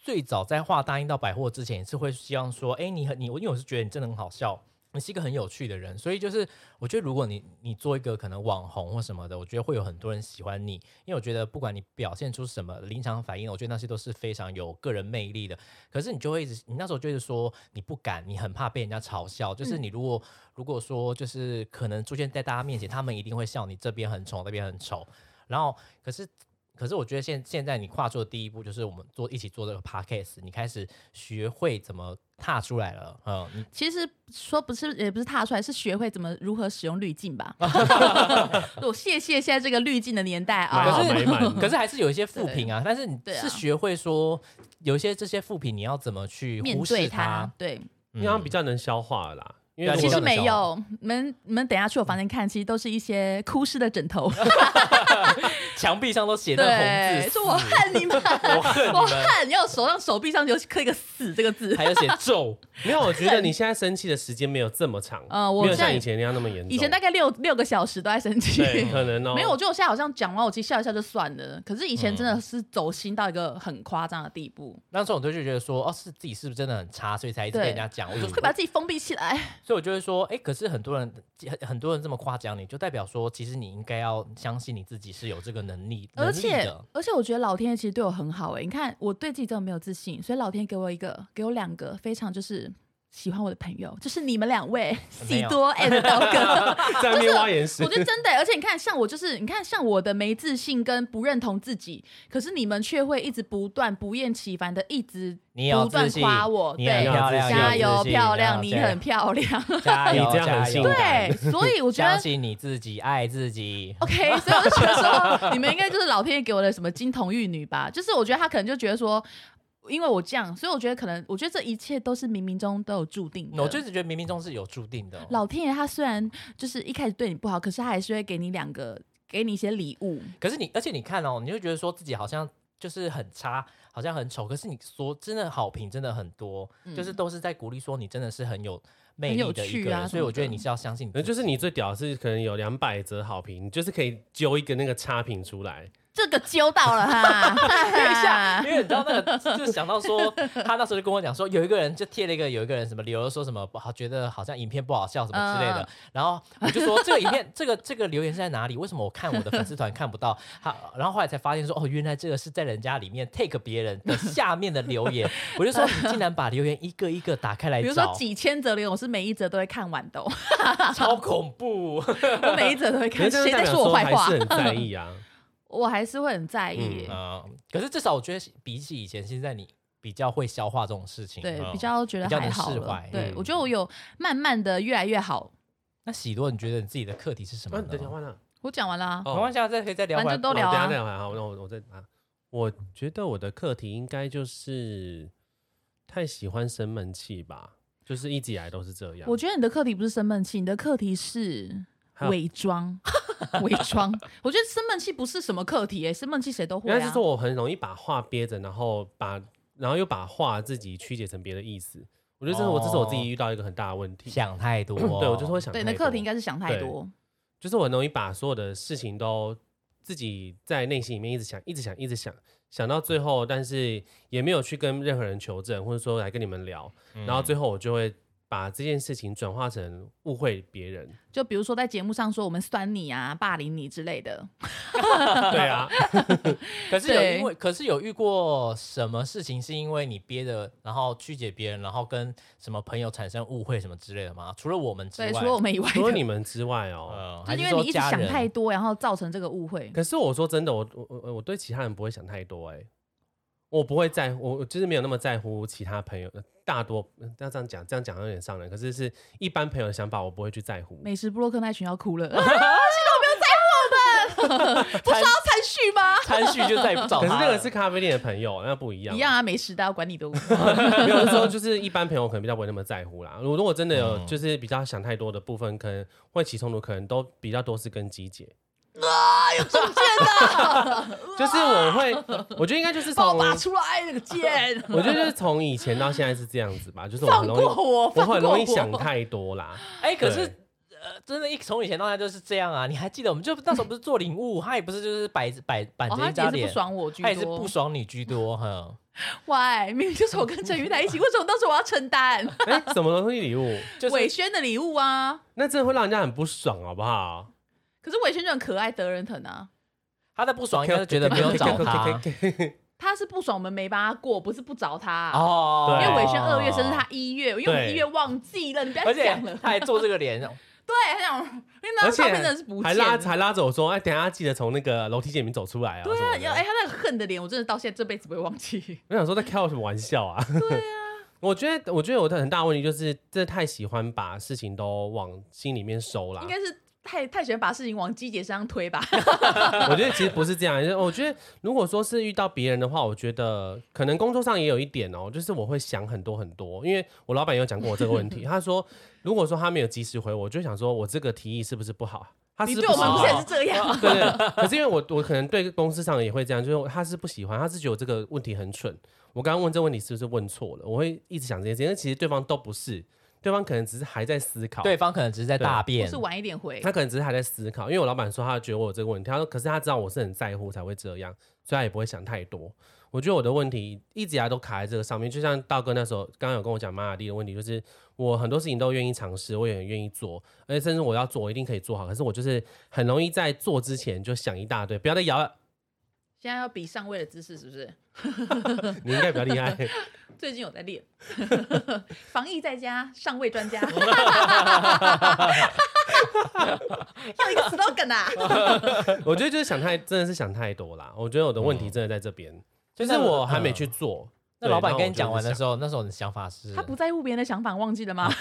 Speaker 2: 最早在画大英到百货之前，也是会希望说，哎、你很你，因为我是觉得你真的很好笑，你是一个很有趣的人，所以就是我觉得如果你你做一个可能网红或什么的，我觉得会有很多人喜欢你，因为我觉得不管你表现出什么临场反应，我觉得那些都是非常有个人魅力的。可是你就会一直，你那时候就是说你不敢，你很怕被人家嘲笑，就是你如果、如果说就是可能出现在大家面前，他们一定会笑你这边很丑，那边很丑，然后可是。可是我觉得现现在你跨出的第一步就是我们做一起做这个 podcast，你开始学会怎么踏出来了，嗯，你
Speaker 1: 其实说不是也不是踏出来，是学会怎么如何使用滤镜 吧。 我谢谢现在这个滤镜的年代
Speaker 3: 买
Speaker 1: 啊、
Speaker 3: 好
Speaker 2: 可是
Speaker 3: 买满。
Speaker 2: 可是还是有一些负评啊，但是你
Speaker 1: 对啊
Speaker 2: 是学会说，有一些这些负评你要怎么去
Speaker 1: 面
Speaker 2: 忽
Speaker 1: 对
Speaker 2: 视
Speaker 1: 它，对，
Speaker 3: 因为他们比较能消化了啦。因为
Speaker 2: 对啊
Speaker 3: 如
Speaker 1: 其实
Speaker 3: 果
Speaker 2: 像
Speaker 1: 没
Speaker 2: 小
Speaker 1: 有，你们你们等一下去我房间看，其实都是一些哭湿的枕 头，
Speaker 2: 墙壁上都写那红
Speaker 1: 对，
Speaker 2: 字，
Speaker 1: 说我恨 你们，我
Speaker 2: 恨你们
Speaker 1: 恨，要手上手臂上有刻一个“死”这个字，
Speaker 2: 还有写咒，
Speaker 3: 没有，我觉得你现在生气的时间没有这么长，
Speaker 1: 呃我
Speaker 3: 没有像
Speaker 1: 在
Speaker 3: 以前那样那么严重。
Speaker 1: 以前大概六六个小时都在生气，
Speaker 3: 对，可能 哦，
Speaker 1: 没有，我觉得我现在好像讲完，我其实笑一笑就算了。可是以前真的
Speaker 2: 嗯
Speaker 1: 是走心到一个很夸张的地步，
Speaker 2: 那时候我就觉得说，哦，是自己是不是真的很差，所以才一直
Speaker 1: 对
Speaker 2: 被人家讲，我就
Speaker 1: 会把自己封闭起来。
Speaker 2: 所以我就会说，哎、可是很多人很很多人这么夸奖你，就代表说，其实你应该要相信你自己是有这个能力，
Speaker 1: 而
Speaker 2: 能力
Speaker 1: 且
Speaker 2: 的
Speaker 1: 而且，我觉得老天爷其实对我很好哎、你看，我对自己真的没有自信，所以老天给我一个，给我两个非常就是。喜欢我的朋友就是你们两位，
Speaker 2: 没
Speaker 1: 喜
Speaker 2: 有
Speaker 1: 多 and 刀哥，
Speaker 3: 在那边挖眼屎
Speaker 1: 我。觉得真的欸、而且你看，像我就是，你看像我的没自信跟不认同自己，可是你们却会一直不断不厌其烦的一直
Speaker 2: 你要
Speaker 1: 不断
Speaker 2: 自信
Speaker 1: 夸我，
Speaker 2: 你
Speaker 1: 对，
Speaker 2: 很漂亮，
Speaker 1: 加
Speaker 2: 你有
Speaker 1: 油，
Speaker 2: 自信
Speaker 1: 漂亮，你很漂 亮。
Speaker 2: 加油，
Speaker 3: 你这样很
Speaker 2: 加油
Speaker 3: 性感
Speaker 1: 对，所以 我觉
Speaker 2: 相
Speaker 1: 得哦
Speaker 2: 信你自己，爱自己。
Speaker 1: OK，所以我就觉得说，你们应该就是老天爷给我的什么金童玉女吧？ 就是我觉得他可能就觉得说，因为我这样，所以我觉得可能，我觉得这一切都是冥冥中都有注定的。
Speaker 2: 我就是觉得冥冥中是有注定的。哦
Speaker 1: 老天爷他虽然就是一开始对你不好，可是他还是会给你两个，给你一些礼物。
Speaker 2: 可是你，而且你看哦，你就觉得说自己好像就是很差，好像很丑。可是你说真的，好评真的很多，就是都是在鼓励说你真的是很有
Speaker 1: 嗯
Speaker 2: 魅
Speaker 1: 很有
Speaker 2: 力的一
Speaker 1: 趣
Speaker 2: 个人。
Speaker 1: 啊
Speaker 2: 所以我
Speaker 1: 什么
Speaker 2: 觉得
Speaker 1: 的
Speaker 2: 你是要相信你自
Speaker 3: 那
Speaker 2: 己，
Speaker 3: 就是你最屌的是可能有两百则好评，你就是可以揪一个那个差评出来。
Speaker 1: 这个揪到了哈，
Speaker 2: 等一 下，因为你知道那个，就是想到说，他那时候就跟我讲说，有一个人就贴了一个，有一个人什么理由说什么不好，觉得好像影片不好笑什么之类的。
Speaker 1: 嗯
Speaker 2: 然后我就说，这个影片，这个这个留言是在哪里？为什么我看我的粉丝团看不到？他，然后后来才发现说，哦，原来这个是在人家里面 take 别人的下面的留言。我就说，你竟然把留言一个一个打开来
Speaker 1: 比如说
Speaker 2: 找，
Speaker 1: 几千则留言，我是每一则都会看完的哦、
Speaker 2: 超恐怖。
Speaker 1: 我每一则都会
Speaker 3: 可是
Speaker 1: 看。
Speaker 3: 这
Speaker 1: 谁
Speaker 3: 样代
Speaker 1: 在
Speaker 3: 表
Speaker 1: 说我坏话
Speaker 3: 还是？很在意 啊。
Speaker 1: 我还是会很在意
Speaker 3: 嗯
Speaker 1: 耶、
Speaker 2: 嗯，可是至少我觉得比起以前，现在你比较会消化这种事情，
Speaker 1: 对，
Speaker 2: 嗯
Speaker 1: 比较觉
Speaker 2: 比
Speaker 1: 得
Speaker 2: 较
Speaker 1: 还
Speaker 2: 能
Speaker 1: 好
Speaker 2: 释
Speaker 1: 了
Speaker 2: 怀。
Speaker 1: 对
Speaker 3: 嗯，
Speaker 1: 我觉得我有慢慢的越来越好。
Speaker 2: 那喜多，你觉得你自己的课题是什么
Speaker 3: 啊，
Speaker 2: 呢？
Speaker 3: 你等一下换了，
Speaker 1: 我呃讲完了啊、
Speaker 2: 没关系啊，再可以再聊
Speaker 1: 反
Speaker 2: 回
Speaker 1: 正
Speaker 2: 来。
Speaker 1: 都聊
Speaker 3: 我等一下
Speaker 1: 啊
Speaker 3: 再。聊。好，那我我再啊，我觉得我的课题应该就是太喜欢生闷气吧，就是一直以来都是这样。
Speaker 1: 我觉得你的课题不是生闷气，你的课题是
Speaker 3: 还有
Speaker 1: 伪装， 伪装。我觉得生闷气不是什么课题耶、欸生闷气谁都会
Speaker 3: 应该是
Speaker 1: 啊
Speaker 3: 说。我很容易把话憋着，然后把然后又把话自己曲解成别的意思。我觉得这是
Speaker 1: 哦
Speaker 3: 我、这是我自己遇到一个很大的问题。，
Speaker 2: 想太
Speaker 4: 嗯
Speaker 2: 多
Speaker 3: 对，我就是会想
Speaker 1: 对，
Speaker 3: 太
Speaker 1: 你
Speaker 3: 多。
Speaker 1: 的课题应该是想太
Speaker 3: 对
Speaker 1: 多。
Speaker 3: 就是我很容易把所有的事情都自己在内心里面一直想，一直想，一直想，想到最后，但是也没有去跟任何人求证，或者说来跟你们聊，
Speaker 1: 嗯
Speaker 3: 然后最后我就会把这件事情转化成误会 别人。
Speaker 1: 就比如说在节目上说我们酸你啊、霸凌你之类的，
Speaker 3: 对 啊，
Speaker 2: 可是有
Speaker 1: 对
Speaker 2: 因为，可是有遇过什么事情是因为你憋着，然后曲解别人，然后跟什么朋友产生误会什么之类的吗？除了我们之外，
Speaker 1: 对，除了我们以外
Speaker 3: 除了
Speaker 1: 的，
Speaker 3: 你们之外哦。
Speaker 2: 呃，
Speaker 1: 就是
Speaker 2: 还是
Speaker 1: 因为
Speaker 2: 说
Speaker 1: 你一直
Speaker 2: 家
Speaker 1: 想
Speaker 2: 人
Speaker 1: 太多，然后造成这个误会。
Speaker 3: 可是我说真的，我我我我对其他人不会想太多哎、我不会在乎，我就是没有那么在乎其他朋友的。大多嗯要这样讲，这样讲有点伤人。可是是一般朋友的想法，我不会去在乎。
Speaker 1: 美食布洛克那群要 哭了， 啊幸好没有在乎我们，不是要参序吗？
Speaker 4: 参序就再也不找
Speaker 3: 可
Speaker 4: 他
Speaker 3: 是
Speaker 4: 了。
Speaker 3: 那个是咖啡店的朋友，那不一样。
Speaker 1: 一样啊，没事，大家管 你的我。
Speaker 3: 没有，就是说就是一般朋友可能比较不会那么在乎啦。如如果真的有
Speaker 2: 嗯
Speaker 3: 就是比较想太多的部分，可能会起冲突，可能都比较多是跟机姐。
Speaker 1: 啊
Speaker 3: 就是我会，我觉得应该就是从，
Speaker 1: 帮我拔
Speaker 3: 我
Speaker 1: 出来那个剑，
Speaker 3: 觉得就是从以前到现在是这样子吧，就是我
Speaker 1: 放
Speaker 3: 很容易，
Speaker 1: 过我，
Speaker 3: 我
Speaker 1: 哦放过
Speaker 3: 很容易想太多啦。
Speaker 4: 哎，可是
Speaker 3: 对。
Speaker 4: 呃，真的，一从以前到现在就是这样啊！你还记得我们就那时候不是做领悟，他也不是就是摆摆板
Speaker 1: 哦，
Speaker 4: 着
Speaker 1: 他
Speaker 4: 一张
Speaker 1: 也是
Speaker 4: 脸，
Speaker 1: 不爽我居
Speaker 4: 他也是
Speaker 1: 多
Speaker 4: 不。爽你居多，哈。
Speaker 1: 喂，明明就是我跟陈玉在一起，为什么当时我要承担？
Speaker 3: 哎、什么东 西礼物？
Speaker 4: 就是
Speaker 1: 伟轩的礼物啊，
Speaker 3: 那真的会让人家很不爽，好不好？
Speaker 1: 可是伟轩就很可爱，得人疼啊。
Speaker 4: 他的不哦爽应该是觉得没有找他
Speaker 1: 他是不爽我们没帮他过，不是不找他啊、
Speaker 4: 哦，
Speaker 1: 因为伟
Speaker 4: 轩
Speaker 1: 轩二月生日，他一月，因为我们
Speaker 3: 对
Speaker 1: 一月忘记了，你不要
Speaker 4: 啊而且
Speaker 1: 讲了。
Speaker 4: 他还做这个脸，
Speaker 1: 对，他想，因为那张
Speaker 3: 而且
Speaker 1: 照片真的是不
Speaker 3: 还
Speaker 1: 见
Speaker 3: 拉
Speaker 1: 了。
Speaker 3: 还拉着我说，哎、等一下记得从那个楼梯间里面走出来啊。
Speaker 1: 对
Speaker 3: 什
Speaker 1: 啊，
Speaker 3: 么的
Speaker 1: 要哎、他那个恨的脸，我真的到现在这辈子不会忘记。
Speaker 3: 我想说在开我什么玩笑啊？对啊， 我觉得我觉得我的很大问题就是，真的太喜欢把事情都往心里面收啦
Speaker 1: 应。该是太太喜欢把事情往季姐身上推吧。
Speaker 3: 我觉得其实不是这样，就是我觉得如果说是遇到别人的话，我觉得可能工作上也有一点哦，就是我会想很多很多，因为我老板也有讲过我这个问 题，他说如果说他没有及时回我，我就想说我这个提议是不是不好？他
Speaker 1: 你
Speaker 3: 是哦
Speaker 1: 对
Speaker 3: 不
Speaker 1: 我
Speaker 3: 喜
Speaker 1: 们不
Speaker 3: 欢
Speaker 1: 是也是这样吗？
Speaker 3: 对对，可是因为我我可能对公司上也会这样，就是他是不喜欢，他是觉得我这个问题很蠢。我刚刚问这问题是不是问错了？我会一直想这件事情，但其实对方都不是，对方可能只是还在思考，
Speaker 4: 对方可能只是在大
Speaker 1: 我
Speaker 4: 便
Speaker 1: 是，晚一点回
Speaker 3: 他，可能只是还在思考。因为我老板说他觉得我有这个问题，他说可是他知道我是很在乎才会这样，所以他也不会想太多。我觉得我的问题一直以来都卡在这个上面，就像道哥那时候刚刚有跟我讲马尔蒂的问题，就是我很多事情都愿意尝试，我也很愿意做，而且甚至我要做，我一定可以做好。可是我就是很容易在做之前就想一大堆，不要再摇了，
Speaker 1: 现在要比上位的姿势是不是？
Speaker 3: 你应该比较厉害。
Speaker 1: 最近有在练， 防疫在家，上位 专家，要一个死到梗啊！
Speaker 3: 我觉得就是想太，真的是想太多啦。我觉得我的问题真的在这边，就是
Speaker 4: 那
Speaker 3: 我还没去做。
Speaker 4: 那
Speaker 3: 对
Speaker 4: 老板
Speaker 3: 然后
Speaker 4: 跟
Speaker 3: 我
Speaker 4: 你
Speaker 3: 就
Speaker 4: 讲完
Speaker 3: 是
Speaker 4: 的
Speaker 3: 想哦
Speaker 4: 时候，那时候你的想法是
Speaker 1: 他不在乎别人的想法，忘记了吗？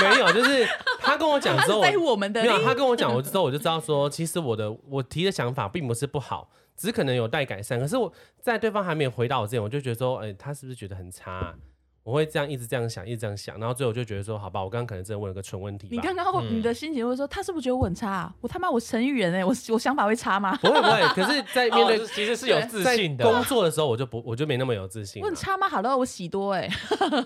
Speaker 3: 没有，就是他跟我讲
Speaker 1: 他
Speaker 3: 之
Speaker 1: 是
Speaker 3: 后，我
Speaker 1: 在乎我们的
Speaker 3: 没
Speaker 1: 利
Speaker 3: 有，啊
Speaker 1: 益。
Speaker 3: 他跟 我讲我之后，我就知道说，其实我的我提的想法并不是不好，只是可能有待改善。可是我在对方还没有回答我之前，我就觉得说，哎、他是不是觉得很差啊、我会这样一直这样想，一直这样想，然后最后我就觉得说，好吧，我刚刚可能真的问了个蠢问题
Speaker 1: 你
Speaker 3: 吧。
Speaker 1: 刚刚
Speaker 4: 嗯
Speaker 1: 会你的心情会说，他是不是觉得我很差啊？我他妈我成语人哎，我我想法会差吗？
Speaker 3: 不会不会，可是，在面对
Speaker 4: 哦其实是有自
Speaker 3: 在
Speaker 4: 信的
Speaker 3: 工作的时候，我就不我就没那么有自信
Speaker 1: 我
Speaker 4: 啊
Speaker 3: 了、
Speaker 1: 很差吗？Hello，我喜多哎，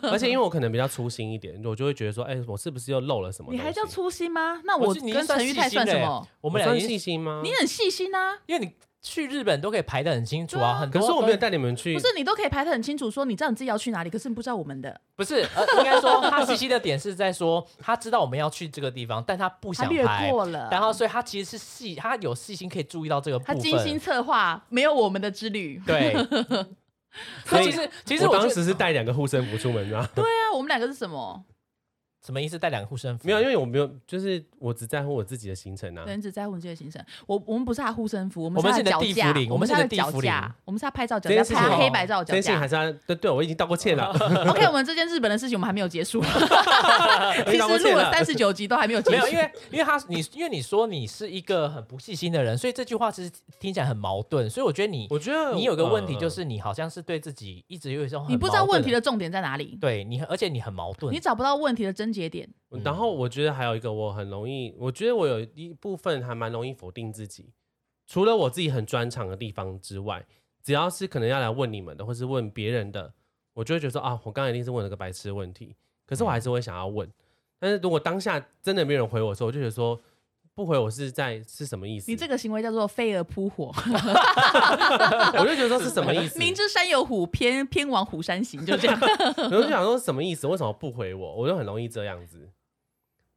Speaker 3: 而且因为我可能比较粗心一点，我就会觉得说，哎、我是不是又漏了什么东
Speaker 1: 你
Speaker 3: 西？
Speaker 1: 还叫粗心吗？那
Speaker 4: 我
Speaker 1: 我
Speaker 4: 是你
Speaker 1: 跟
Speaker 4: 算
Speaker 1: 陈玉
Speaker 4: 细
Speaker 1: 泰
Speaker 4: 心
Speaker 1: 算
Speaker 4: 的
Speaker 1: 什
Speaker 4: 欸嗯
Speaker 1: 么？
Speaker 4: 我
Speaker 3: 我
Speaker 4: 们俩
Speaker 3: 算
Speaker 4: 已经
Speaker 3: 细心吗？
Speaker 1: 你很细心啊，
Speaker 4: 因为你去日本都可以排的很清楚啊，很多
Speaker 3: 可是我没有
Speaker 4: 东
Speaker 3: 带你们去，
Speaker 1: 不是你都可以排的很清楚，说你知道你自己要去哪里，可是你不知道我们的，
Speaker 4: 不是，呃， 应该说他细心的点是在说他知道我们要去这个地方，但他不
Speaker 1: 他
Speaker 4: 想
Speaker 1: 略
Speaker 4: 排，
Speaker 1: 过了。
Speaker 4: 然后所以他其实是细，他有细心可以注意到这个部
Speaker 1: 他
Speaker 4: 分，
Speaker 1: 精心策划没有我们的之旅。
Speaker 4: 对。所
Speaker 3: 所
Speaker 4: 以
Speaker 3: 以
Speaker 4: 其实其
Speaker 3: 其
Speaker 4: 实
Speaker 3: 实我
Speaker 4: 我
Speaker 3: 当
Speaker 4: 觉得
Speaker 3: 时是带两个护身符出门的、啊。
Speaker 1: 对啊，我们两个是什么？
Speaker 4: 什么意思带两个护身符？
Speaker 3: 没有，因为我没有，就是我只在乎我自己的行程啊。
Speaker 1: 人只在乎你自己的行程。我我们不是他护身符，我
Speaker 4: 嗯我们
Speaker 1: 是
Speaker 4: 是你的
Speaker 1: 他
Speaker 4: 地
Speaker 1: 脚架
Speaker 4: 茯苓，
Speaker 1: 我们
Speaker 4: 我们是
Speaker 1: 他
Speaker 4: 你的
Speaker 1: 脚
Speaker 4: 地茯苓
Speaker 1: 架，我们是他拍照脚
Speaker 3: 这
Speaker 1: 架，
Speaker 3: 件事
Speaker 1: 拍
Speaker 3: 情
Speaker 1: 他
Speaker 3: 哦
Speaker 1: 黑白照脚
Speaker 3: 这件事情还
Speaker 1: 架。
Speaker 3: 是要对对，我已经道过 歉了，
Speaker 1: OK，我们这件日本的事情我们还没有结束， 其实
Speaker 3: 我已经道过
Speaker 1: 录
Speaker 3: 歉
Speaker 1: 了
Speaker 3: 了。
Speaker 1: 三十九集都还没有
Speaker 4: 啊没
Speaker 1: 结
Speaker 4: 有，
Speaker 1: 束
Speaker 4: 因。为因为他你因为你说你是一个很不细心的人，所以这句话其实听起来很矛盾。所以我觉得你
Speaker 3: 我觉得
Speaker 4: 你有个问题
Speaker 3: 嗯
Speaker 4: 就是你好像是对自己一直有一种很
Speaker 1: 你不知道
Speaker 4: 矛盾啊
Speaker 1: 问题的重点在哪里，
Speaker 4: 对你，而且你很矛盾
Speaker 1: 你。找不到问题的症结点。
Speaker 3: 嗯然后我觉得还有一个，我很容易，我觉得我有一部分还蛮容易否定自己，除了我自己很专长的地方之外，只要是可能要来问你们的，或是问别人的，我就会觉得说啊，我刚才一定是问了个白痴问题，可是我还是会想要问。但是如果当下真的没有人回我的时候，我就觉得说不回我是在是什么意思？
Speaker 1: 你这个行为叫做飞蛾扑火，
Speaker 3: 我就觉得说是什么意思？
Speaker 1: 明知山有虎，偏偏往虎山行，就这样。
Speaker 3: 我就想说什么意思？为什么不回我？我就很容易这样子。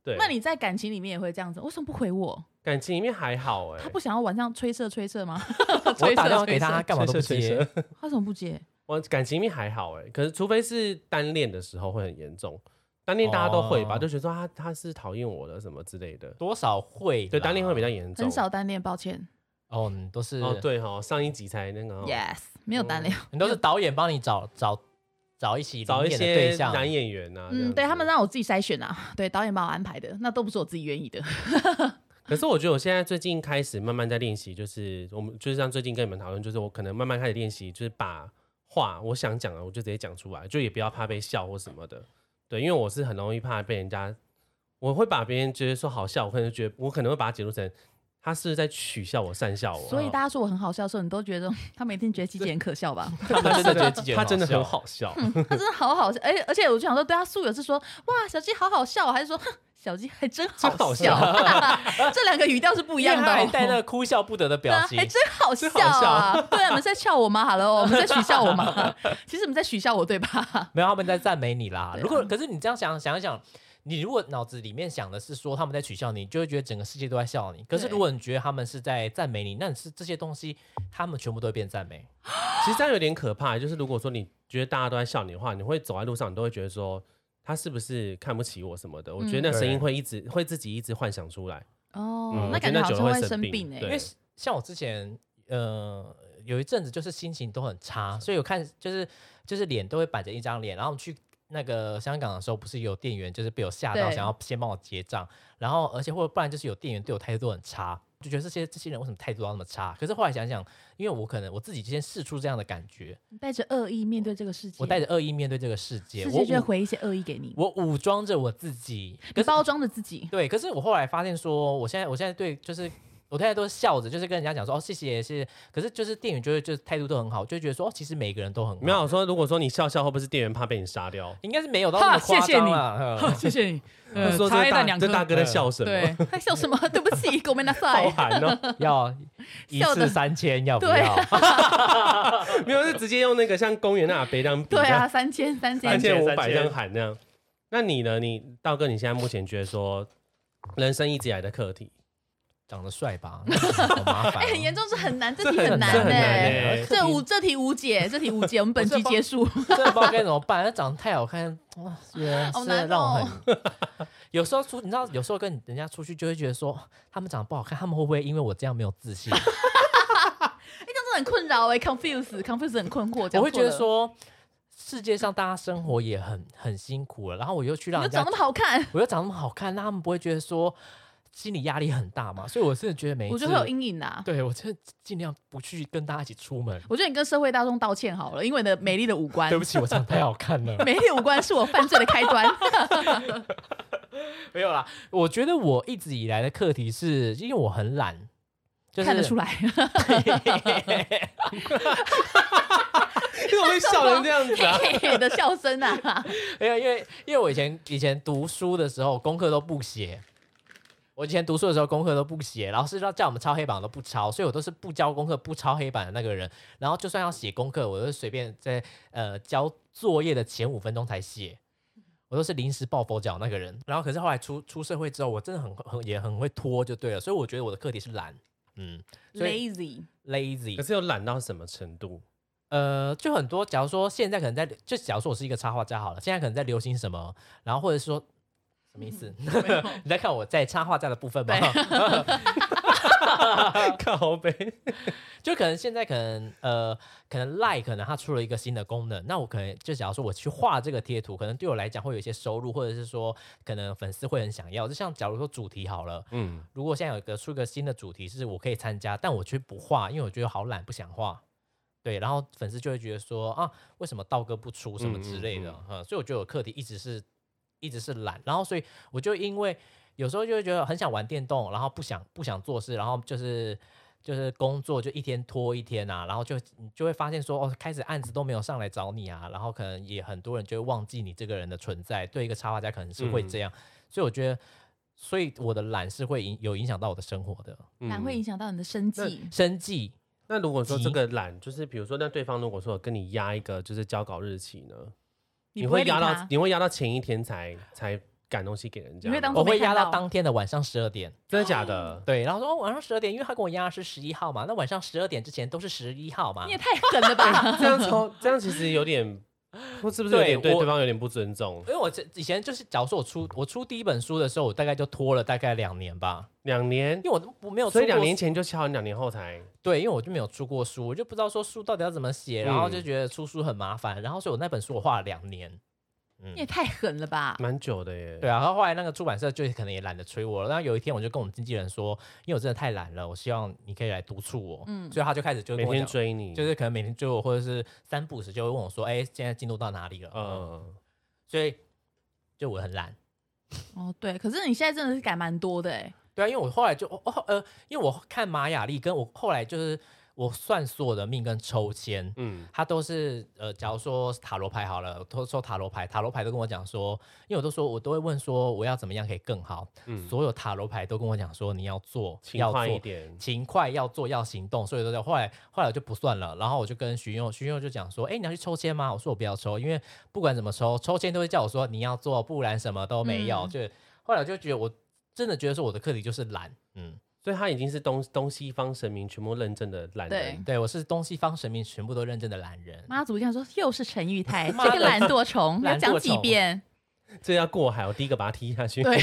Speaker 3: 对，
Speaker 1: 那你在感情里面也会这样子，为什么不回我？
Speaker 3: 感情里面还好哎、
Speaker 1: 他不想要晚上催色催色吗？
Speaker 4: 我
Speaker 1: 催
Speaker 4: 打 电话
Speaker 1: 色
Speaker 4: 给
Speaker 1: 催
Speaker 4: 他，他
Speaker 1: 色，
Speaker 4: 干嘛都不
Speaker 3: 催
Speaker 4: 接
Speaker 3: 生。催生
Speaker 1: 他怎么不接？
Speaker 3: 我感情里面还好哎、可是除非是单恋的时候会很严重，单恋大家都会吧，
Speaker 4: 哦
Speaker 3: 就觉得说啊他他是讨厌我的什么之类的。
Speaker 4: 多少会啦
Speaker 3: 对，单恋会比较严重。
Speaker 1: 很少单恋，抱歉。
Speaker 2: 哦，你都是
Speaker 3: 哦，，对哈、上一集才那个哦、
Speaker 1: Yes，没有单恋。
Speaker 2: 你都是导演帮你找找找一起
Speaker 3: 找
Speaker 2: 灵
Speaker 3: 一
Speaker 2: 演的
Speaker 3: 些
Speaker 2: 对象，
Speaker 3: 男演员啊，这
Speaker 1: 嗯，
Speaker 3: 样子
Speaker 1: 对他们。让我自己筛选啊， 对导演帮我安排的，那都不是我自己愿意的。
Speaker 3: 可是我觉得我现在最近开始慢慢在练习，就是我们就是像最近跟你们讨论，就是我可能慢慢开始练习，就是把话我想讲的我就直接讲出来，就也不要怕被笑或什么的。对，因为我是很容易怕被人家，我会把别人觉得说好笑，我可能觉得我可能会把它解读成他是不是在取笑我、讪笑我。
Speaker 1: 所以大家说我很好笑的时候，你都觉得 他们一定觉得季姐很可笑吧？
Speaker 2: 他们真的觉得自己
Speaker 3: 嗯他真的很
Speaker 2: 好
Speaker 3: 好笑，
Speaker 1: 他真的好好笑，而且而且我就想说，对他素友是说哇小鸡好好笑，啊还是说哼小鸡还真好
Speaker 3: 真好
Speaker 1: 笑？ 这两个语调是 不
Speaker 2: 笑，
Speaker 1: 一
Speaker 2: 因为
Speaker 1: 样的
Speaker 2: 他
Speaker 1: 哦、
Speaker 2: 还带那个哭笑不得 的
Speaker 1: 对
Speaker 2: 表
Speaker 1: 啊，
Speaker 2: 情
Speaker 1: 还，真好笑啊！对啊，你们在笑我吗？Hello，我们在取笑我吗？ 其实你们在取笑我对吧？
Speaker 2: 没有，他们在赞美你啦。
Speaker 1: 对啊
Speaker 2: 如果可是你这样想想一想，你如果脑子里面想的是说他们在取笑你，你就会觉得整个世界都在笑你。可是
Speaker 1: 对
Speaker 2: 如果你觉得他们是在赞美你，那你是这些东西，他们全部都会变赞美。
Speaker 3: 其实这样有点可怕。就是如果说你觉得大家都在笑你的话，你会走在路上，你都会觉得说他是不是看不起我什么的。我觉得那声音会一直会自己一直幻想出来。
Speaker 1: 哦
Speaker 3: 嗯，
Speaker 1: 那感
Speaker 3: 我觉得
Speaker 1: 好像
Speaker 3: 久
Speaker 1: 会
Speaker 3: 了会
Speaker 1: 生
Speaker 3: 生
Speaker 1: 病
Speaker 3: 病
Speaker 1: 哎、
Speaker 3: 对
Speaker 2: 因为像我之前，呃，有一阵子就是心情都很差，所以我看就是就是脸都会板着一张脸，然后我们去。那个香港的时候，不是有店员就是被我吓到，
Speaker 1: 对
Speaker 2: 想要先帮我结账，然后而且或者不然就是有店员对我态度都很差，就觉得这些这些人为什么态度都要那么差？可是后来想想，因为我可能我自己先试出这样的感觉，
Speaker 1: 你带着恶意面对这个世界，
Speaker 2: 我带着恶意面对这个世界，
Speaker 1: 世
Speaker 2: 我
Speaker 1: 界就会
Speaker 2: 武
Speaker 1: 回一些恶意给你，
Speaker 2: 我武装着我自己，可
Speaker 1: 你
Speaker 2: 是
Speaker 1: 包装着自己。
Speaker 2: 对，可是我后来发现说，我现在我现在对就是。我现在都是笑着，就是跟人家讲说哦谢谢谢谢，可是就是店员就会就是态度都很好，就会觉得说哦其实每个人都很好，
Speaker 3: 没有啊我说，如果说你笑笑，会不会是店员怕被你杀掉？
Speaker 2: 应该是没有到
Speaker 1: 哈
Speaker 2: 那么夸
Speaker 1: 谢谢
Speaker 2: 张啊
Speaker 1: 你
Speaker 2: 啦。
Speaker 1: 好， 谢谢你，呃
Speaker 3: 或者说这大这大哥在笑什么？，
Speaker 1: 还笑什么？对不起，狗没拿
Speaker 3: 好
Speaker 1: 塞。
Speaker 3: 寒哦，
Speaker 2: 嗯 要一
Speaker 1: 笑得
Speaker 2: 次三千要不
Speaker 1: 对
Speaker 2: 要？
Speaker 3: 没有是直接用那个像公园那杯这样比，
Speaker 1: 对啊，，三千三
Speaker 3: 三
Speaker 1: 千，
Speaker 3: 千五
Speaker 2: 三
Speaker 3: 百
Speaker 2: 千
Speaker 3: 这样喊那样。那你呢？你道哥，你现在目前觉得说人生一直以来的课 题，
Speaker 2: 长得帅吧， 那是好麻烦
Speaker 1: 哎，
Speaker 2: 哦。
Speaker 1: 很严重，是很难，这题
Speaker 3: 很
Speaker 1: 难
Speaker 3: 这很
Speaker 1: 哎。
Speaker 3: 难欸
Speaker 1: 这无这题无解，这题无解，我们本集结束。
Speaker 2: 真的不知道该怎么办，他长得太好看，哇，人
Speaker 1: 好
Speaker 2: 真
Speaker 1: 难
Speaker 2: 的啊让我
Speaker 1: 哦
Speaker 2: 很。有时候出，你知道，有时候跟人家出去就会觉得说，哦他们长得不好看，他们会不会因为我这样没有自信？
Speaker 1: 真的很困扰哎，confuse，confuse 很困惑。
Speaker 2: 我会觉得，说，世界上大家生活也很很辛苦了，然后我又去
Speaker 1: 你
Speaker 2: 让
Speaker 1: 又
Speaker 2: 人家
Speaker 1: 长那，么好看，
Speaker 2: 我又长那么好看，那他们不会觉得说心理压力很大嘛？所以我真的觉得每一次，
Speaker 1: 我觉得会有阴影啊。
Speaker 2: 对我真的尽量不去跟大家一起出门。
Speaker 1: 我觉得你跟社会大众道歉好了，因为你的美丽的五官
Speaker 2: 对，不起，我长得太好看了。
Speaker 1: 美丽的五官是我犯罪的开端。
Speaker 2: 没有啦，我觉得我一直以来的课题是，因为我很懒，就是
Speaker 1: 看得 出来，
Speaker 3: 你怎么会笑成这样子啊？
Speaker 1: 嘿嘿的笑声啊！
Speaker 2: 没 有，因为因为我以前以前读书的时候功课都不写，我以前读书的时候功课都不写，老师要叫我们抄黑板我都不抄，所以我都是不交功课不抄黑板的那个人。然后就算要写功课，我都随便在呃交作业的前五分钟才写。我都是临时抱佛脚那个人，然后可是后来出出社会之后，我真的很很也很会拖就对了，所以我觉得我的课题是懒，嗯所以
Speaker 1: lazy，
Speaker 3: 可
Speaker 2: ，lazy，
Speaker 3: 是又懒到什么程 度？
Speaker 2: 呃，就很多，假如说现在可能在，就假如说我是一个插画家好了，现在可能在流行什么，然后或者说什么意思？ 你在看我在插画家的部分吗？
Speaker 3: 靠呗。
Speaker 2: 就可能现在可能呃，可能 Line 可能它出了一个新的功能，那我可能就假如说我去画这个贴图，可能对我来讲会有一些收入，或者是说可能粉丝会很想要。就像假如说主题好了，
Speaker 3: 嗯，
Speaker 2: 如果现在有一个出一个新的主题是我可以参加，但我却不画，因为我觉得好懒，不想画。对，然后粉丝就会觉得说啊，为什么道哥不出什么之类的
Speaker 3: 嗯嗯
Speaker 2: 呃所以我觉得我课题一直是一直是懒，然后所以我就因为有时候就会觉得很想玩电动，然后不想不想做事，然后就是就是工作就一天拖一天啊，然后就你就会发现说哦，开始案子都没有上来找你啊，然后可能也很多人就会忘记你这个人的存在，对一个插画家可能是会这样，所以我觉得。所以我的懒是会影有影响到我的生活的
Speaker 3: 嗯
Speaker 1: 懒会影响到你的生计。
Speaker 2: 生计，
Speaker 3: 那如果说
Speaker 2: 急
Speaker 3: 这个懒，就是比如说，那对方如果说有跟你压一个就是交稿日期呢，你
Speaker 1: 不
Speaker 3: 会
Speaker 1: 会理
Speaker 3: 压
Speaker 1: 他
Speaker 3: 到你会压到前一天才才赶东西给人家
Speaker 1: 你
Speaker 3: 吗，
Speaker 1: 会当
Speaker 2: 我
Speaker 1: 作
Speaker 2: 会
Speaker 1: 没看
Speaker 2: 压到
Speaker 1: 到
Speaker 2: 当天的晚上十二点，
Speaker 3: 真的假的？
Speaker 2: 对，然后说、哦、晚上十二点，因为他跟我压的是十一号嘛，那晚上十二点之前都是十一号
Speaker 1: 哦
Speaker 2: 嘛
Speaker 1: 你也，太狠了吧！
Speaker 3: 这样从这样其实有点或是不是有点
Speaker 2: 对
Speaker 3: 对
Speaker 2: 我
Speaker 3: 对方有点不尊重？
Speaker 2: 因为我这以前就是，假如说我出我出第一本书的时候，我大概就拖了大概两年吧，
Speaker 3: 两年
Speaker 2: 因，为我都我没有出
Speaker 3: 所以
Speaker 2: 过
Speaker 3: 两年
Speaker 2: 书
Speaker 3: 前就敲，你两年后才
Speaker 2: 对，因为我就没有出过书，我就不知道说书到底要怎么写，然后就
Speaker 3: 嗯
Speaker 2: 觉得出书很麻烦，然后所以我那本书我画了两年，嗯
Speaker 1: 你也太狠了吧！
Speaker 3: 蛮久的耶。
Speaker 2: 对啊，然后后来那个出版社就可能也懒得催我了。然后有一天我就跟我们经纪人说，因为我真的太懒了，我希望你可以来督促我。
Speaker 1: 嗯
Speaker 2: 所以他就开始就
Speaker 3: 每
Speaker 2: 跟我
Speaker 3: 天
Speaker 2: 讲，
Speaker 3: 追你，
Speaker 2: 就是可能每天追我，或者是三不五时就会问我说，哎、现在进度到哪里了？嗯，
Speaker 3: 嗯，
Speaker 2: 所以就我很懒。
Speaker 1: 哦，对，可是你现在真的是改蛮多的哎，
Speaker 2: 对啊，因为我后来就哦呃，因为我看玛雅历，跟我后来就是我算所有的命跟抽签，
Speaker 3: 嗯，
Speaker 2: 他都是呃，假如说塔罗牌好了，都抽塔罗牌，塔罗牌都跟我讲说，因为我都说我都会问说我要怎么样可以更好，
Speaker 3: 嗯
Speaker 2: 所有塔罗牌都跟我讲说你要做，
Speaker 3: 勤
Speaker 2: 要
Speaker 3: 快一
Speaker 2: 做。
Speaker 3: 点，
Speaker 2: 勤快要做要行动，所以都在后来后来我就不算了，然后我就跟徐佑徐佑就讲说，哎、你要去抽签吗？我说我不要抽，因为不管怎么抽，抽签都会叫我说你要做，不然什么都没有。
Speaker 1: 嗯
Speaker 2: 就后来我就觉得我真的觉得说我的课题就是懒，嗯，
Speaker 3: 所以他已经是东东西方神明全部认证的懒人，
Speaker 2: 对我是东西方神明全部都认真的懒人，
Speaker 1: 妈祖一看说又是陈玉台，
Speaker 2: 妈的
Speaker 1: 这个懒惰虫，要
Speaker 2: 懒惰
Speaker 1: 讲几
Speaker 2: 虫
Speaker 1: 遍？
Speaker 3: 这要过海，我第一个把他踢下去。
Speaker 1: 对，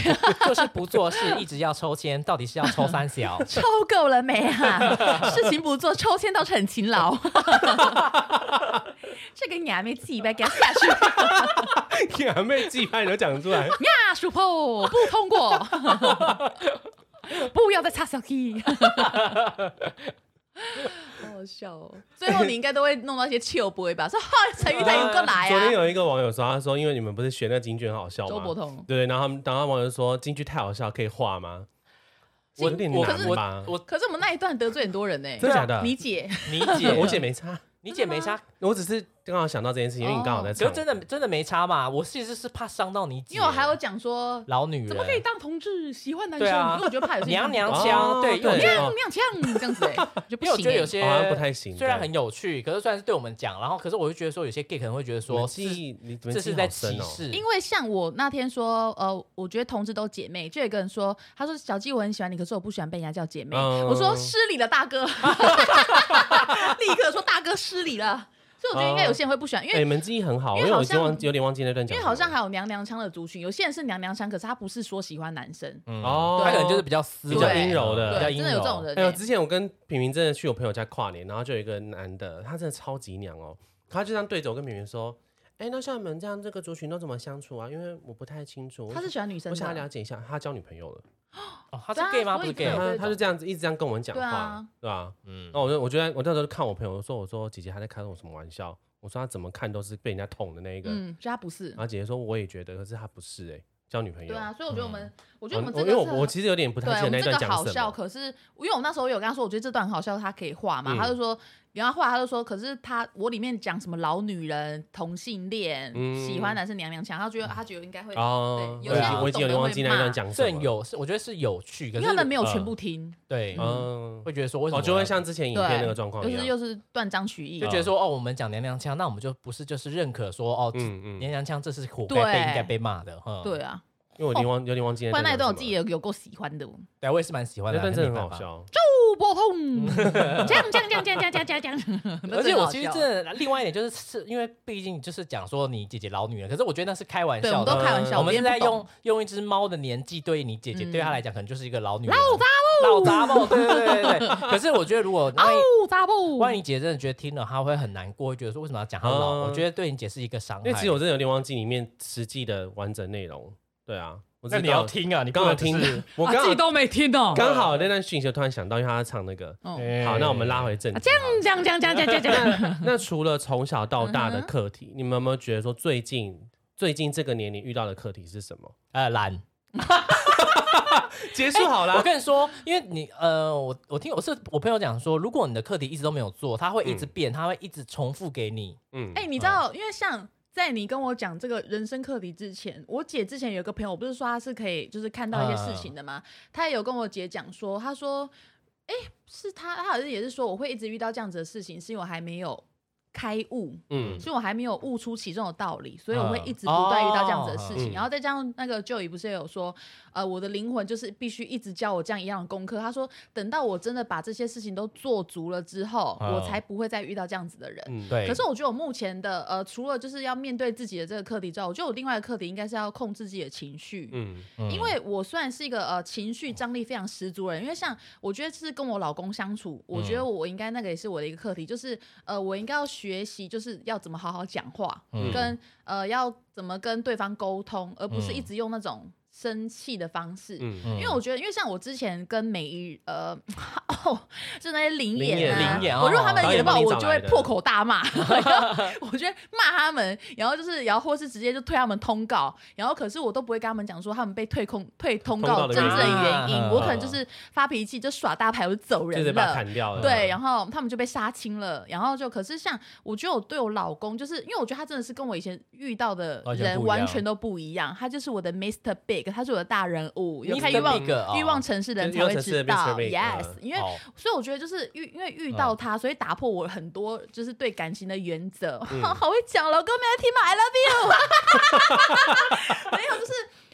Speaker 2: 就是不做事，一直要抽签，到底是要抽三 小？
Speaker 1: 抽够了没啊？事情不做，抽签倒是很勤劳。 这个娘妹自己被给他下去，
Speaker 3: 你还没祭拜你都讲出来，
Speaker 1: 呀，鼠破不通过，不要再插小 key。好好笑哦！最后你应该都会弄到一些糗不会吧？说哈，陈玉泰有个来
Speaker 3: 昨天
Speaker 1: 啊，
Speaker 3: 有一个网友说，他说因为你们不是学那京剧很好笑
Speaker 1: 周伯
Speaker 3: 吗？
Speaker 1: 通。
Speaker 3: 对，然后他们，然后网友说京剧太好笑，可以画吗？
Speaker 2: 我
Speaker 3: 有点
Speaker 2: 我
Speaker 3: 难
Speaker 2: 我
Speaker 3: 吧？
Speaker 2: 我
Speaker 1: 可是我们那一段得罪很多人呢、
Speaker 3: 真的假的？
Speaker 1: 你姐
Speaker 2: 你
Speaker 3: 姐，
Speaker 2: 姐，
Speaker 3: 我姐没差，
Speaker 2: 你姐没差，
Speaker 3: 啊我只是刚好想到这件事情，因为你刚好在
Speaker 2: 哦可
Speaker 3: 唱
Speaker 2: 是，真的真的没差嘛？我其实是怕伤到你姐，
Speaker 1: 因为我还有讲说，
Speaker 2: 老女人，
Speaker 1: 怎么可以当同志喜欢男生？
Speaker 2: 对啊
Speaker 1: 因为我觉得怕有些
Speaker 2: 娘娘
Speaker 3: 哦
Speaker 2: 腔？对，因为我觉
Speaker 3: 对
Speaker 2: 得
Speaker 1: 娘娘腔这样子哎、就不
Speaker 2: 因为我
Speaker 1: 行、
Speaker 2: 觉得
Speaker 1: 欸。
Speaker 2: 有些
Speaker 3: 好哦像不太行。
Speaker 2: 虽然
Speaker 3: 对
Speaker 2: 很有趣，可是虽然是对我们讲，然后可是我就觉得说有些 gay 可能会觉得
Speaker 3: 你们
Speaker 2: 说
Speaker 3: 记忆，你们
Speaker 2: 这
Speaker 3: 记忆
Speaker 2: 是
Speaker 3: 好
Speaker 2: 在
Speaker 3: 深
Speaker 2: 歧
Speaker 3: 哦
Speaker 2: 视，
Speaker 1: 因为像我那天说，呃，我觉得同志都姐妹，就有一个人说，他说小鸡我很喜欢你，可是我不喜欢被人家叫姐妹。
Speaker 3: 嗯
Speaker 1: 我说失礼了，大哥，立刻说大哥失礼了。所以我觉得应该有些人会不喜欢，因
Speaker 3: 哎，
Speaker 1: 为
Speaker 3: 你们记忆很好，
Speaker 1: 因
Speaker 3: 因
Speaker 1: 为
Speaker 3: 为
Speaker 1: 好
Speaker 3: 我已经
Speaker 1: 像
Speaker 3: 忘，有点忘记那段
Speaker 1: 因
Speaker 3: 讲什么了。
Speaker 1: 为好像还有娘娘腔的族群，有些人是娘娘腔，可是他不是说喜欢男生，
Speaker 3: 哦，
Speaker 2: 他可能就是比较斯文
Speaker 1: 比较阴
Speaker 3: 柔的
Speaker 2: 比较
Speaker 1: 对，
Speaker 2: 阴
Speaker 1: 真的有这种
Speaker 2: 柔。
Speaker 1: 人
Speaker 3: 哎
Speaker 1: 欸、
Speaker 3: 呦，之前我跟平平真的去我朋友家跨年，然后就有一个男的，他真的超级娘哦，他就这样对着我跟平平说：“哎、那像你们这样这个族群都怎么相处啊？因为我不太清楚。”
Speaker 1: 他是喜欢女生
Speaker 3: 我
Speaker 1: 的，啊
Speaker 3: 想要了解一下，他交女朋友了，
Speaker 2: 哦，他是
Speaker 1: 对啊
Speaker 2: gay 吗？
Speaker 1: 所
Speaker 2: 不
Speaker 1: 以
Speaker 2: 是
Speaker 1: 对
Speaker 2: gay，
Speaker 1: 真的
Speaker 3: 他
Speaker 1: 有
Speaker 3: 他就这样子一直这样跟我们讲
Speaker 1: 对
Speaker 3: 话
Speaker 1: 啊，
Speaker 3: 对吧？
Speaker 2: 嗯
Speaker 3: 那，我就我就在我那时候就看我朋友说，我说我姐姐她在开我什么玩笑？我说她啊怎么看都是被人家捅的啊那一个。
Speaker 1: 嗯，就他不是
Speaker 3: 然，后姐姐说我也觉得，可是她不是哎、交女朋友。
Speaker 1: 对啊，所以我觉得我们，我觉得我
Speaker 3: 嗯
Speaker 1: 们这
Speaker 3: 因为
Speaker 1: 个是
Speaker 3: 我我
Speaker 1: 很
Speaker 3: 其实有点不太
Speaker 1: 对
Speaker 3: 记
Speaker 1: 我
Speaker 3: 得那
Speaker 1: 们
Speaker 3: 一
Speaker 1: 这
Speaker 3: 段
Speaker 1: 个
Speaker 3: 讲
Speaker 1: 好
Speaker 3: 什
Speaker 1: 笑，
Speaker 3: 么。
Speaker 1: 可是因为我那时候有跟他说，我觉得这段很好笑，他可以画嘛，
Speaker 3: 嗯
Speaker 1: 他就说你要画，他就说，可是他我里面讲什么老女人、同性恋、
Speaker 3: 嗯
Speaker 1: 喜欢男生娘娘腔，他觉得他觉得应该会，
Speaker 3: 哦，
Speaker 1: 对
Speaker 2: 有些人
Speaker 3: 啊我已经有点忘记那一段讲什么
Speaker 2: 正
Speaker 3: 了。
Speaker 2: 有是我觉得是有趣，可
Speaker 1: 因
Speaker 2: 是
Speaker 1: 为他们没有
Speaker 3: 呃
Speaker 1: 全部听，
Speaker 2: 对
Speaker 3: 嗯，
Speaker 2: 会觉得说为什么
Speaker 3: 哦，就
Speaker 2: 我
Speaker 3: 会
Speaker 2: 要
Speaker 3: 像之前影片那个状况
Speaker 1: 又
Speaker 3: 一
Speaker 1: 是
Speaker 3: 样，
Speaker 1: 又是断章取义
Speaker 2: 就，
Speaker 3: 啊
Speaker 2: 觉得说哦，我们讲娘娘腔，那我们就不是就是认可说哦，
Speaker 3: 嗯
Speaker 2: 娘
Speaker 3: 嗯，
Speaker 2: 娘腔这是活
Speaker 1: 对
Speaker 2: 该被应该被骂的，嗯，
Speaker 1: 对啊，
Speaker 3: 因为我已经忘有点忘
Speaker 1: 不
Speaker 3: 记嗯那
Speaker 1: 然那一段
Speaker 3: 段讲
Speaker 1: 我
Speaker 3: 什
Speaker 1: 自己
Speaker 3: 么了
Speaker 1: 也有够喜欢的， 不
Speaker 2: 对，我也是蛮喜欢的啊，
Speaker 3: 那段真的
Speaker 2: 没
Speaker 3: 很
Speaker 2: 办
Speaker 3: 好
Speaker 2: 法。
Speaker 3: 笑。
Speaker 1: 波 痛，这样这样这样这样这样这样这样这样，那
Speaker 2: 而且
Speaker 1: 真的
Speaker 2: 我
Speaker 1: 好
Speaker 2: 其实
Speaker 1: 笑
Speaker 2: 真的另外一点就是，是因为毕竟就是讲说你姐姐老女人，可是我觉得那是开玩
Speaker 1: 对，我
Speaker 2: 笑
Speaker 1: 们都
Speaker 2: 的。
Speaker 1: 开玩笑，
Speaker 2: 我们
Speaker 1: 别
Speaker 2: 是
Speaker 1: 人
Speaker 2: 在
Speaker 1: 不懂
Speaker 2: 用用一只猫的年纪对你姐姐，
Speaker 1: 嗯
Speaker 2: 对她来讲可能就是一个老女人，老杂毛，老杂毛，对对对对 对。可是我觉得如果万一
Speaker 1: 哦，咋不？
Speaker 2: 万一姐真的觉得听了她会很难过，会觉得说为什么要讲她老？
Speaker 3: 嗯
Speaker 2: 我觉得对你姐是一个伤害。啊
Speaker 3: 因为其实我真的有点忘记里面实际的完整内容。对啊，我
Speaker 2: 那
Speaker 3: 知
Speaker 2: 你要
Speaker 3: 道
Speaker 2: 听啊，你不
Speaker 3: 刚好
Speaker 2: 能只
Speaker 3: 听
Speaker 2: 是，
Speaker 3: 我刚好
Speaker 1: 啊都没听哦
Speaker 3: 刚好那段讯息，我突然想到，因为他在唱那个。
Speaker 1: 哦
Speaker 3: 好，那我们拉回正
Speaker 1: 啊
Speaker 3: 题。
Speaker 1: 这样这样这样这样这样这 样，
Speaker 3: 那那除了从小到大的
Speaker 1: 嗯哼
Speaker 3: 课题，你们有没有觉得说最近最近这个年龄遇到的课题是什么？
Speaker 2: 呃懒。 哎
Speaker 3: 结束好
Speaker 2: 我
Speaker 3: 啦，
Speaker 2: 跟你说，因为你呃，我我听我是我朋友讲说，如果你的课题一直都没有做，他会一直变，他会一直重复给你。
Speaker 3: 嗯，
Speaker 1: 哎、你知道，因为像在你跟我讲这个人生课题之前，我姐之前有一个朋友，我不是说她是可以就是看到一些事
Speaker 2: 嗯
Speaker 1: 情的吗？她也有跟我姐讲说，她说，哎、是她，她好像也是说我会一直遇到这样子的事情，是因为我还没有开悟，
Speaker 3: 嗯，
Speaker 1: 所以我还没有悟出其中的道理，所以我会
Speaker 2: 嗯
Speaker 1: 一直不断遇到这样子的
Speaker 2: 哦
Speaker 1: 事情。
Speaker 3: 嗯
Speaker 1: 然后再加上那个 Joey 不是也有说，呃，我的灵魂就是必须一直教我这样一样的功课。他说，等到我真的把这些事情都做足了之后，
Speaker 2: 嗯
Speaker 1: 我才不会再遇到这样子的人。
Speaker 3: 嗯，
Speaker 2: 对，
Speaker 1: 可是我觉得我目前的呃，除了就是要面对自己的这个课题之外，我觉得我另外的课题应该是要控制自己的情绪。
Speaker 3: 嗯
Speaker 2: 嗯
Speaker 1: 因为我虽然是一个呃情绪张力非常十足的人，因为像我觉得是跟我老公相处，我觉
Speaker 2: 嗯
Speaker 1: 得我应该那个也是我的一个课题，就是呃我应该要学习，就是要怎么好好讲话，
Speaker 2: 嗯
Speaker 1: 跟呃要怎么跟对方沟通，而不是
Speaker 2: 嗯
Speaker 1: 一直用那种生气的方式。
Speaker 3: 嗯
Speaker 2: 嗯
Speaker 1: 因为我觉得，因为像我之前跟美一呃， 哦，就那些灵
Speaker 3: 灵
Speaker 1: 演
Speaker 3: 眼
Speaker 1: 啊，
Speaker 2: 灵眼
Speaker 1: 我如果
Speaker 2: 哦
Speaker 1: 他们
Speaker 3: 导
Speaker 1: 演
Speaker 3: 演
Speaker 1: 不好，
Speaker 3: 帮你
Speaker 1: 我
Speaker 3: 找
Speaker 1: 就
Speaker 3: 来
Speaker 1: 会
Speaker 3: 的
Speaker 1: 破口大 骂，然后我就会骂他们，然后就是，然后或是直接就推他们通告，然后可是我都不会跟他们讲说他们被退控退通
Speaker 3: 通告
Speaker 1: 告
Speaker 3: 的嗯
Speaker 1: 真正
Speaker 2: 原
Speaker 1: 原
Speaker 2: 因
Speaker 1: 因，我可能
Speaker 2: 啊
Speaker 1: 就是发脾气就耍大牌我就走
Speaker 3: 就
Speaker 1: 人
Speaker 3: 是把它
Speaker 1: 了。
Speaker 3: 砍掉了，
Speaker 1: 对，然后他们就被杀青了，然后就可是像我觉得我对我老公，就是因为我觉得他真的是跟我以前遇到的
Speaker 2: 完全
Speaker 1: 人
Speaker 2: 不一
Speaker 1: 完
Speaker 2: 样
Speaker 1: 全都不一样，他就是我的 Mr. Big，他是我的大人物，有
Speaker 2: Mr.
Speaker 1: 看欲望
Speaker 2: Big，哦
Speaker 1: 欲望城市的人
Speaker 3: 就是
Speaker 1: 才
Speaker 3: 欲望
Speaker 1: 会
Speaker 3: 城市
Speaker 1: 知
Speaker 3: 的 Mr.
Speaker 1: 道
Speaker 3: Big，
Speaker 1: ，yes，
Speaker 3: 嗯
Speaker 1: 因为
Speaker 2: 哦
Speaker 1: 所以我觉得就是遇因为
Speaker 2: 嗯
Speaker 1: 遇到他，所以打破我很多就是对感情的原则。
Speaker 3: 嗯
Speaker 1: 好会讲，老公没来听吗？I love you。没有， 就是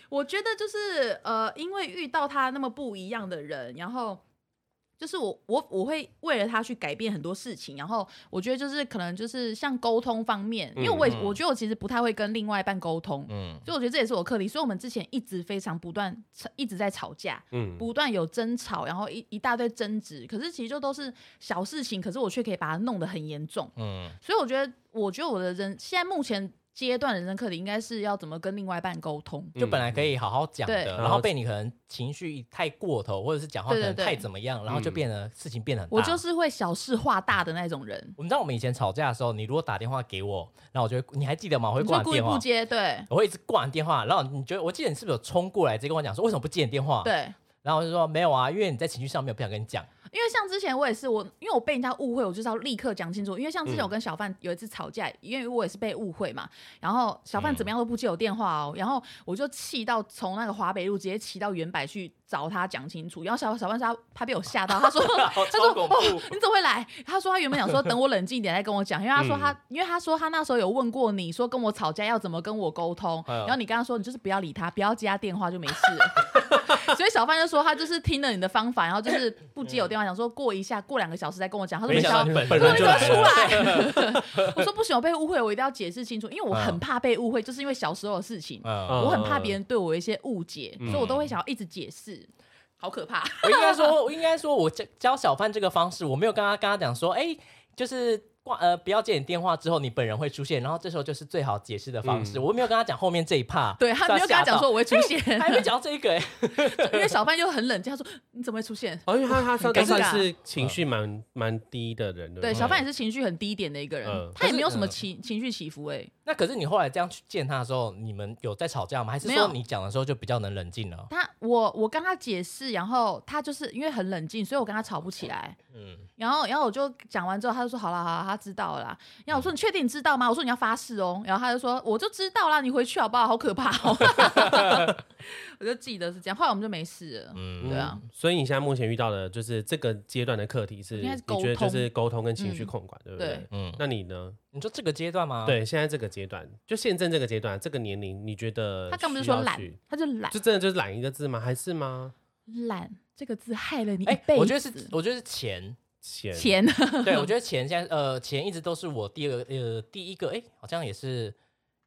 Speaker 1: 我觉得就是呃，因为遇到他那么不一样的人，然后。就是我我我会为了他去改变很多事情，然后我觉得就是可能就是像沟通方面，因为我也
Speaker 2: 嗯嗯
Speaker 1: 我觉得我其实不太会跟另外一半沟通，
Speaker 2: 嗯
Speaker 1: 所以我觉得这也是我课题。所以我们之前一直非常不断吵一直在吵架，
Speaker 3: 嗯，
Speaker 1: 不断有争吵，然后一一大堆争执，可是其实就都是小事情，可是我却可以把它弄得很严重。
Speaker 2: 嗯
Speaker 1: 所以我觉得，我觉得我的人现在目前阶段的人生课题应该是要怎么跟另外一半沟通。
Speaker 2: 就本来可以好好讲
Speaker 1: 对
Speaker 2: 的，然后被你可能情绪太过头，或者是讲话可
Speaker 1: 对对
Speaker 2: 能
Speaker 1: 对
Speaker 2: 太怎么样，然后就
Speaker 3: 嗯
Speaker 2: 变得事情变得很大。
Speaker 1: 我就是会小事化大的那种人，
Speaker 2: 我们知道我们以前吵架的时候，你如果打电话给我，然后我就会，你还记得吗？我会
Speaker 1: 你
Speaker 2: 挂
Speaker 1: 说
Speaker 2: 你
Speaker 1: 故意
Speaker 2: 电
Speaker 1: 不
Speaker 2: 话，
Speaker 1: 接，对
Speaker 2: 我会一直挂你电话，然后你觉得，我记得你是不是有冲过来直接跟我讲说为什么不接你电话？，
Speaker 1: 对。
Speaker 2: 然后我就说没有啊，因为你在情绪上面，我不想跟你 讲。
Speaker 1: 因为像之前我也是我，因为我被人家误会，我就是要立刻讲清楚。因为像之前我跟小范有一次吵架，因为我也是被误会嘛，然后小范怎么样都不接我电话哦，然后我就气到从那个华北路直接骑到原北去找他讲清楚。然后小小范他他被我吓到，他说他
Speaker 2: 超
Speaker 1: 说
Speaker 2: 恐
Speaker 1: 哦
Speaker 2: 怖
Speaker 1: 你怎么会来？他说他原本想说等我冷静一点再跟我讲，因为他说他、因为他说他那时候有问过你说跟我吵架要怎么跟我沟通，
Speaker 2: 哎呦
Speaker 1: 然后你跟他说你就是不要理他，不要接他电话就没事了。 所以小范就说他就是听了你的方法，然后就是不接我电话，想说过一下，过两个小时再跟我讲。他说
Speaker 2: 没
Speaker 1: 没
Speaker 2: 想
Speaker 1: 想
Speaker 2: 到
Speaker 1: 到
Speaker 2: 你
Speaker 1: 你
Speaker 2: 本
Speaker 3: 本
Speaker 1: 怎么嗯
Speaker 3: 人
Speaker 1: 就
Speaker 3: 就
Speaker 1: 要
Speaker 3: 来
Speaker 1: 出
Speaker 3: 了，
Speaker 1: 来。我说不行，我被误会，我一定要解释清楚，因为我很怕被误会，就是因为小时候的事情，
Speaker 2: 嗯，
Speaker 3: 嗯
Speaker 1: 我很怕别人对我有一些误解，
Speaker 3: 嗯
Speaker 1: 所以我都会想要一直解释，好可怕。
Speaker 2: 我应该说，我应该说，我教教小范这个方式，我没有跟他跟他讲说，哎、就是挂呃，不要接你电话之后，你本人会出现，然后这时候就是最好解释的方式。
Speaker 3: 嗯
Speaker 2: 我没有跟他讲后面这一趴，
Speaker 1: 对他没有跟他讲说我会出现，
Speaker 2: 吓到，还没讲到这一个、哎
Speaker 1: 因为小范就很冷静，他说你怎么会出现？
Speaker 3: 哦，因为他他算
Speaker 1: 尴尬
Speaker 2: 啊
Speaker 3: 算是情绪蛮蛮低的人，
Speaker 1: 对，
Speaker 3: 不
Speaker 1: 小范也是情绪很低点的一个人
Speaker 3: 嗯，
Speaker 1: 他也没有什么
Speaker 2: 可
Speaker 1: 情情绪起伏哎。
Speaker 2: 那可是你后来这样去见他的时候，你们有在吵架吗？还是
Speaker 1: 没
Speaker 2: 说
Speaker 1: 有
Speaker 2: 你讲的时候就比较能冷静了？
Speaker 1: 他我我跟他解释，然后他就是因为很冷静，所以我跟他吵不起来。
Speaker 2: 嗯，
Speaker 1: 然后，然后我就讲完之后，他就说：“好了，好了，他知道了啦。”然后
Speaker 2: 嗯
Speaker 1: 我说：“你确定你知道吗？”我说：“你要发誓哦。”然后他就说：“我就知道啦，你回去好不好？好可怕哦！” 我就记得是这样，后来我们就没事了。
Speaker 2: 嗯
Speaker 1: 对啊，
Speaker 3: 所以你现在目前遇到的就是这个阶段的课题是，
Speaker 1: 应该
Speaker 3: 你
Speaker 1: 是沟
Speaker 3: 觉得就
Speaker 1: 通
Speaker 3: 是沟通跟情绪控管，对不对
Speaker 1: 对？
Speaker 2: 嗯，
Speaker 3: 那你呢？
Speaker 2: 你说这个阶段吗？，
Speaker 3: 对，现在这个阶段，就现在这个阶段，这个年龄，你觉得
Speaker 1: 他根本就
Speaker 3: 需
Speaker 1: 说
Speaker 3: 要
Speaker 1: 懒
Speaker 3: 去，
Speaker 1: 他就懒
Speaker 3: 就真的就是懒一个字吗？还是吗？
Speaker 1: 懒这个字害了你
Speaker 2: 哎、
Speaker 1: 一辈子。
Speaker 2: 我觉得是，我觉得是钱。
Speaker 3: 钱
Speaker 1: 钱，
Speaker 2: 对，我觉得钱现在呃，钱一直都是我第二个呃第一个，哎、好像也是，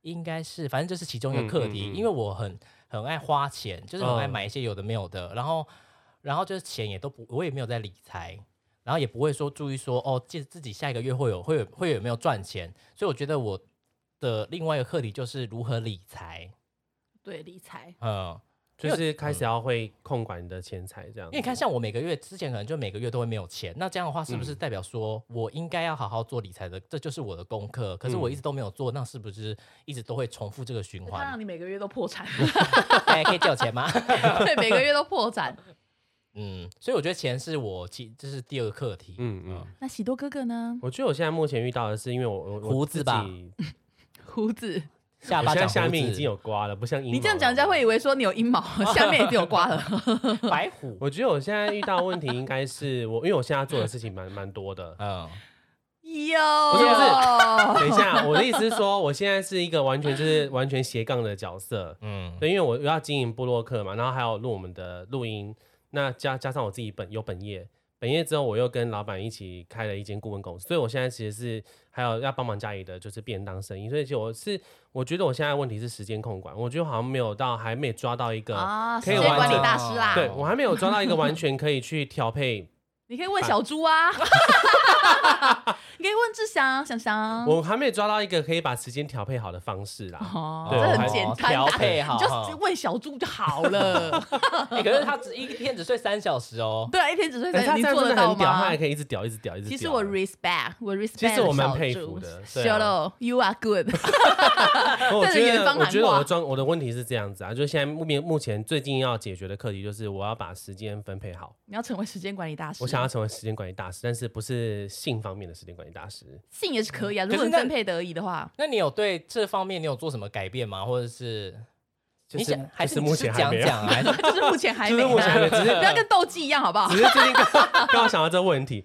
Speaker 2: 应该是，反正这是其中一个
Speaker 3: 嗯
Speaker 2: 课
Speaker 3: 嗯
Speaker 2: 题，
Speaker 3: 嗯
Speaker 2: 因为我很很爱花钱，就是很爱
Speaker 3: 嗯
Speaker 2: 买一些有的没有的，然后然后就是钱也都不，我也没有在理财，然后也不会说注意说哦，自自己下一个月会有会有会有没有赚钱，所以我觉得我的另外一个课题就是如何理财，
Speaker 1: 对理财，
Speaker 2: 嗯。
Speaker 3: 就是开始要会控管你的钱财这样
Speaker 2: 因为你看，像我每个月之前可能就每个月都会没有钱，那这样的话是
Speaker 3: 嗯
Speaker 2: 不是代表说我应该要好好做理财的？这就是我的功课。可是我一直
Speaker 3: 嗯
Speaker 2: 都没有做，那是不是一直都会重复这个循
Speaker 1: 他
Speaker 2: 环
Speaker 1: 让？你每个月都破产，
Speaker 2: 大家可以借我钱吗？
Speaker 1: 对，每个月都破产。
Speaker 2: 嗯，所以我觉得钱是我其这是第二个课题。
Speaker 3: 嗯嗯，
Speaker 1: 那喜多哥哥呢？
Speaker 3: 我觉得我现在目前遇到的是，因为我我我
Speaker 2: 胡子
Speaker 3: 自
Speaker 2: 吧
Speaker 3: 己
Speaker 1: 胡子，
Speaker 2: 下
Speaker 3: 我
Speaker 2: 巴
Speaker 3: 现在
Speaker 2: 长
Speaker 3: 下
Speaker 2: 胡
Speaker 3: 面已
Speaker 2: 子
Speaker 3: 经，有刮了，不像
Speaker 1: 你这样讲，
Speaker 3: 啊
Speaker 1: 人家会以为说你有阴毛，下面已经有刮 了。
Speaker 2: 白虎，
Speaker 3: 我觉得我现在遇到的问题应该是我，因为我现在做的事情蛮蛮多的，
Speaker 2: 嗯
Speaker 1: 有，
Speaker 3: 不是不是等一下，我的意思是说，我现在是一个完全就是 完全斜杠的角色，
Speaker 2: 嗯，
Speaker 3: 对，因为我要经营部落客嘛，然后还有录我们的录音，那加加上我自己本有本业，本业之后我又跟老板一起开了一间顾问公司，所以我现在其实是还有要帮忙家里的就是便当生意，所以其实我是我觉得我现在的问题是时间控管，我觉得好像没有到还没抓到一个，
Speaker 1: 啊，时
Speaker 3: 可以
Speaker 1: 间
Speaker 3: 完
Speaker 1: 管理
Speaker 3: 整
Speaker 1: 大师啦，
Speaker 3: 对我还没有抓到一个完全可以去调配，
Speaker 1: 你可以问小猪 啊，你可以问志祥、想想，
Speaker 3: 我还没有抓到一个可以把时间调配好的方式啦。
Speaker 1: 嗯哦，
Speaker 3: 对
Speaker 1: 这
Speaker 3: 我
Speaker 1: 很
Speaker 3: 还
Speaker 1: 简单啊，
Speaker 2: 调配好
Speaker 1: 你就只问小猪就好了。
Speaker 2: 哎、可是他只一天只睡三小时哦。
Speaker 1: 对啊，一天只睡
Speaker 3: 哎
Speaker 1: 三，
Speaker 3: 他
Speaker 1: 你
Speaker 3: 这样
Speaker 1: 做
Speaker 3: 真
Speaker 1: 得
Speaker 3: 的
Speaker 1: 到
Speaker 3: 很屌，他
Speaker 1: 吗
Speaker 3: 还？可以一直屌，一直屌，一直屌。欸
Speaker 1: 其实我 respect，我 respect，
Speaker 3: 其实我蛮
Speaker 1: 小
Speaker 3: 佩
Speaker 1: 猪
Speaker 3: 服的对啊
Speaker 1: Shut up, you are good 。
Speaker 3: 哦我
Speaker 1: 对着
Speaker 3: 觉
Speaker 1: 远
Speaker 3: 得
Speaker 1: 方
Speaker 3: 我
Speaker 1: 喊
Speaker 3: 觉得我
Speaker 1: 话
Speaker 3: 的状我的问题是这样子啊，就是现在目面目前最近要解决的课题就是我要把时间分配好，
Speaker 1: 你要成为时间管理大师，
Speaker 3: 我想要成为时间管理大师，但是不是性方面的时间管理大师。
Speaker 1: 性也是可以
Speaker 3: 嗯
Speaker 1: 啊，如
Speaker 2: 可
Speaker 1: 果
Speaker 2: 是
Speaker 1: 你
Speaker 2: 那
Speaker 1: 分配得宜的话。
Speaker 2: 那你有对这方面你有做什么改变吗？或者是
Speaker 3: 就
Speaker 2: 你
Speaker 3: 是
Speaker 2: 想还
Speaker 3: 就是
Speaker 2: 你
Speaker 3: 目
Speaker 2: 只
Speaker 3: 前还
Speaker 2: 讲
Speaker 3: 没有
Speaker 2: 讲啊？还 是
Speaker 1: 就是目前还
Speaker 3: 就
Speaker 1: 没
Speaker 3: 是
Speaker 1: 啦，
Speaker 3: 目前还没，只是
Speaker 1: 不要跟斗鸡一样，好不好？啊，
Speaker 3: 只是最近刚刚好想到这个问题，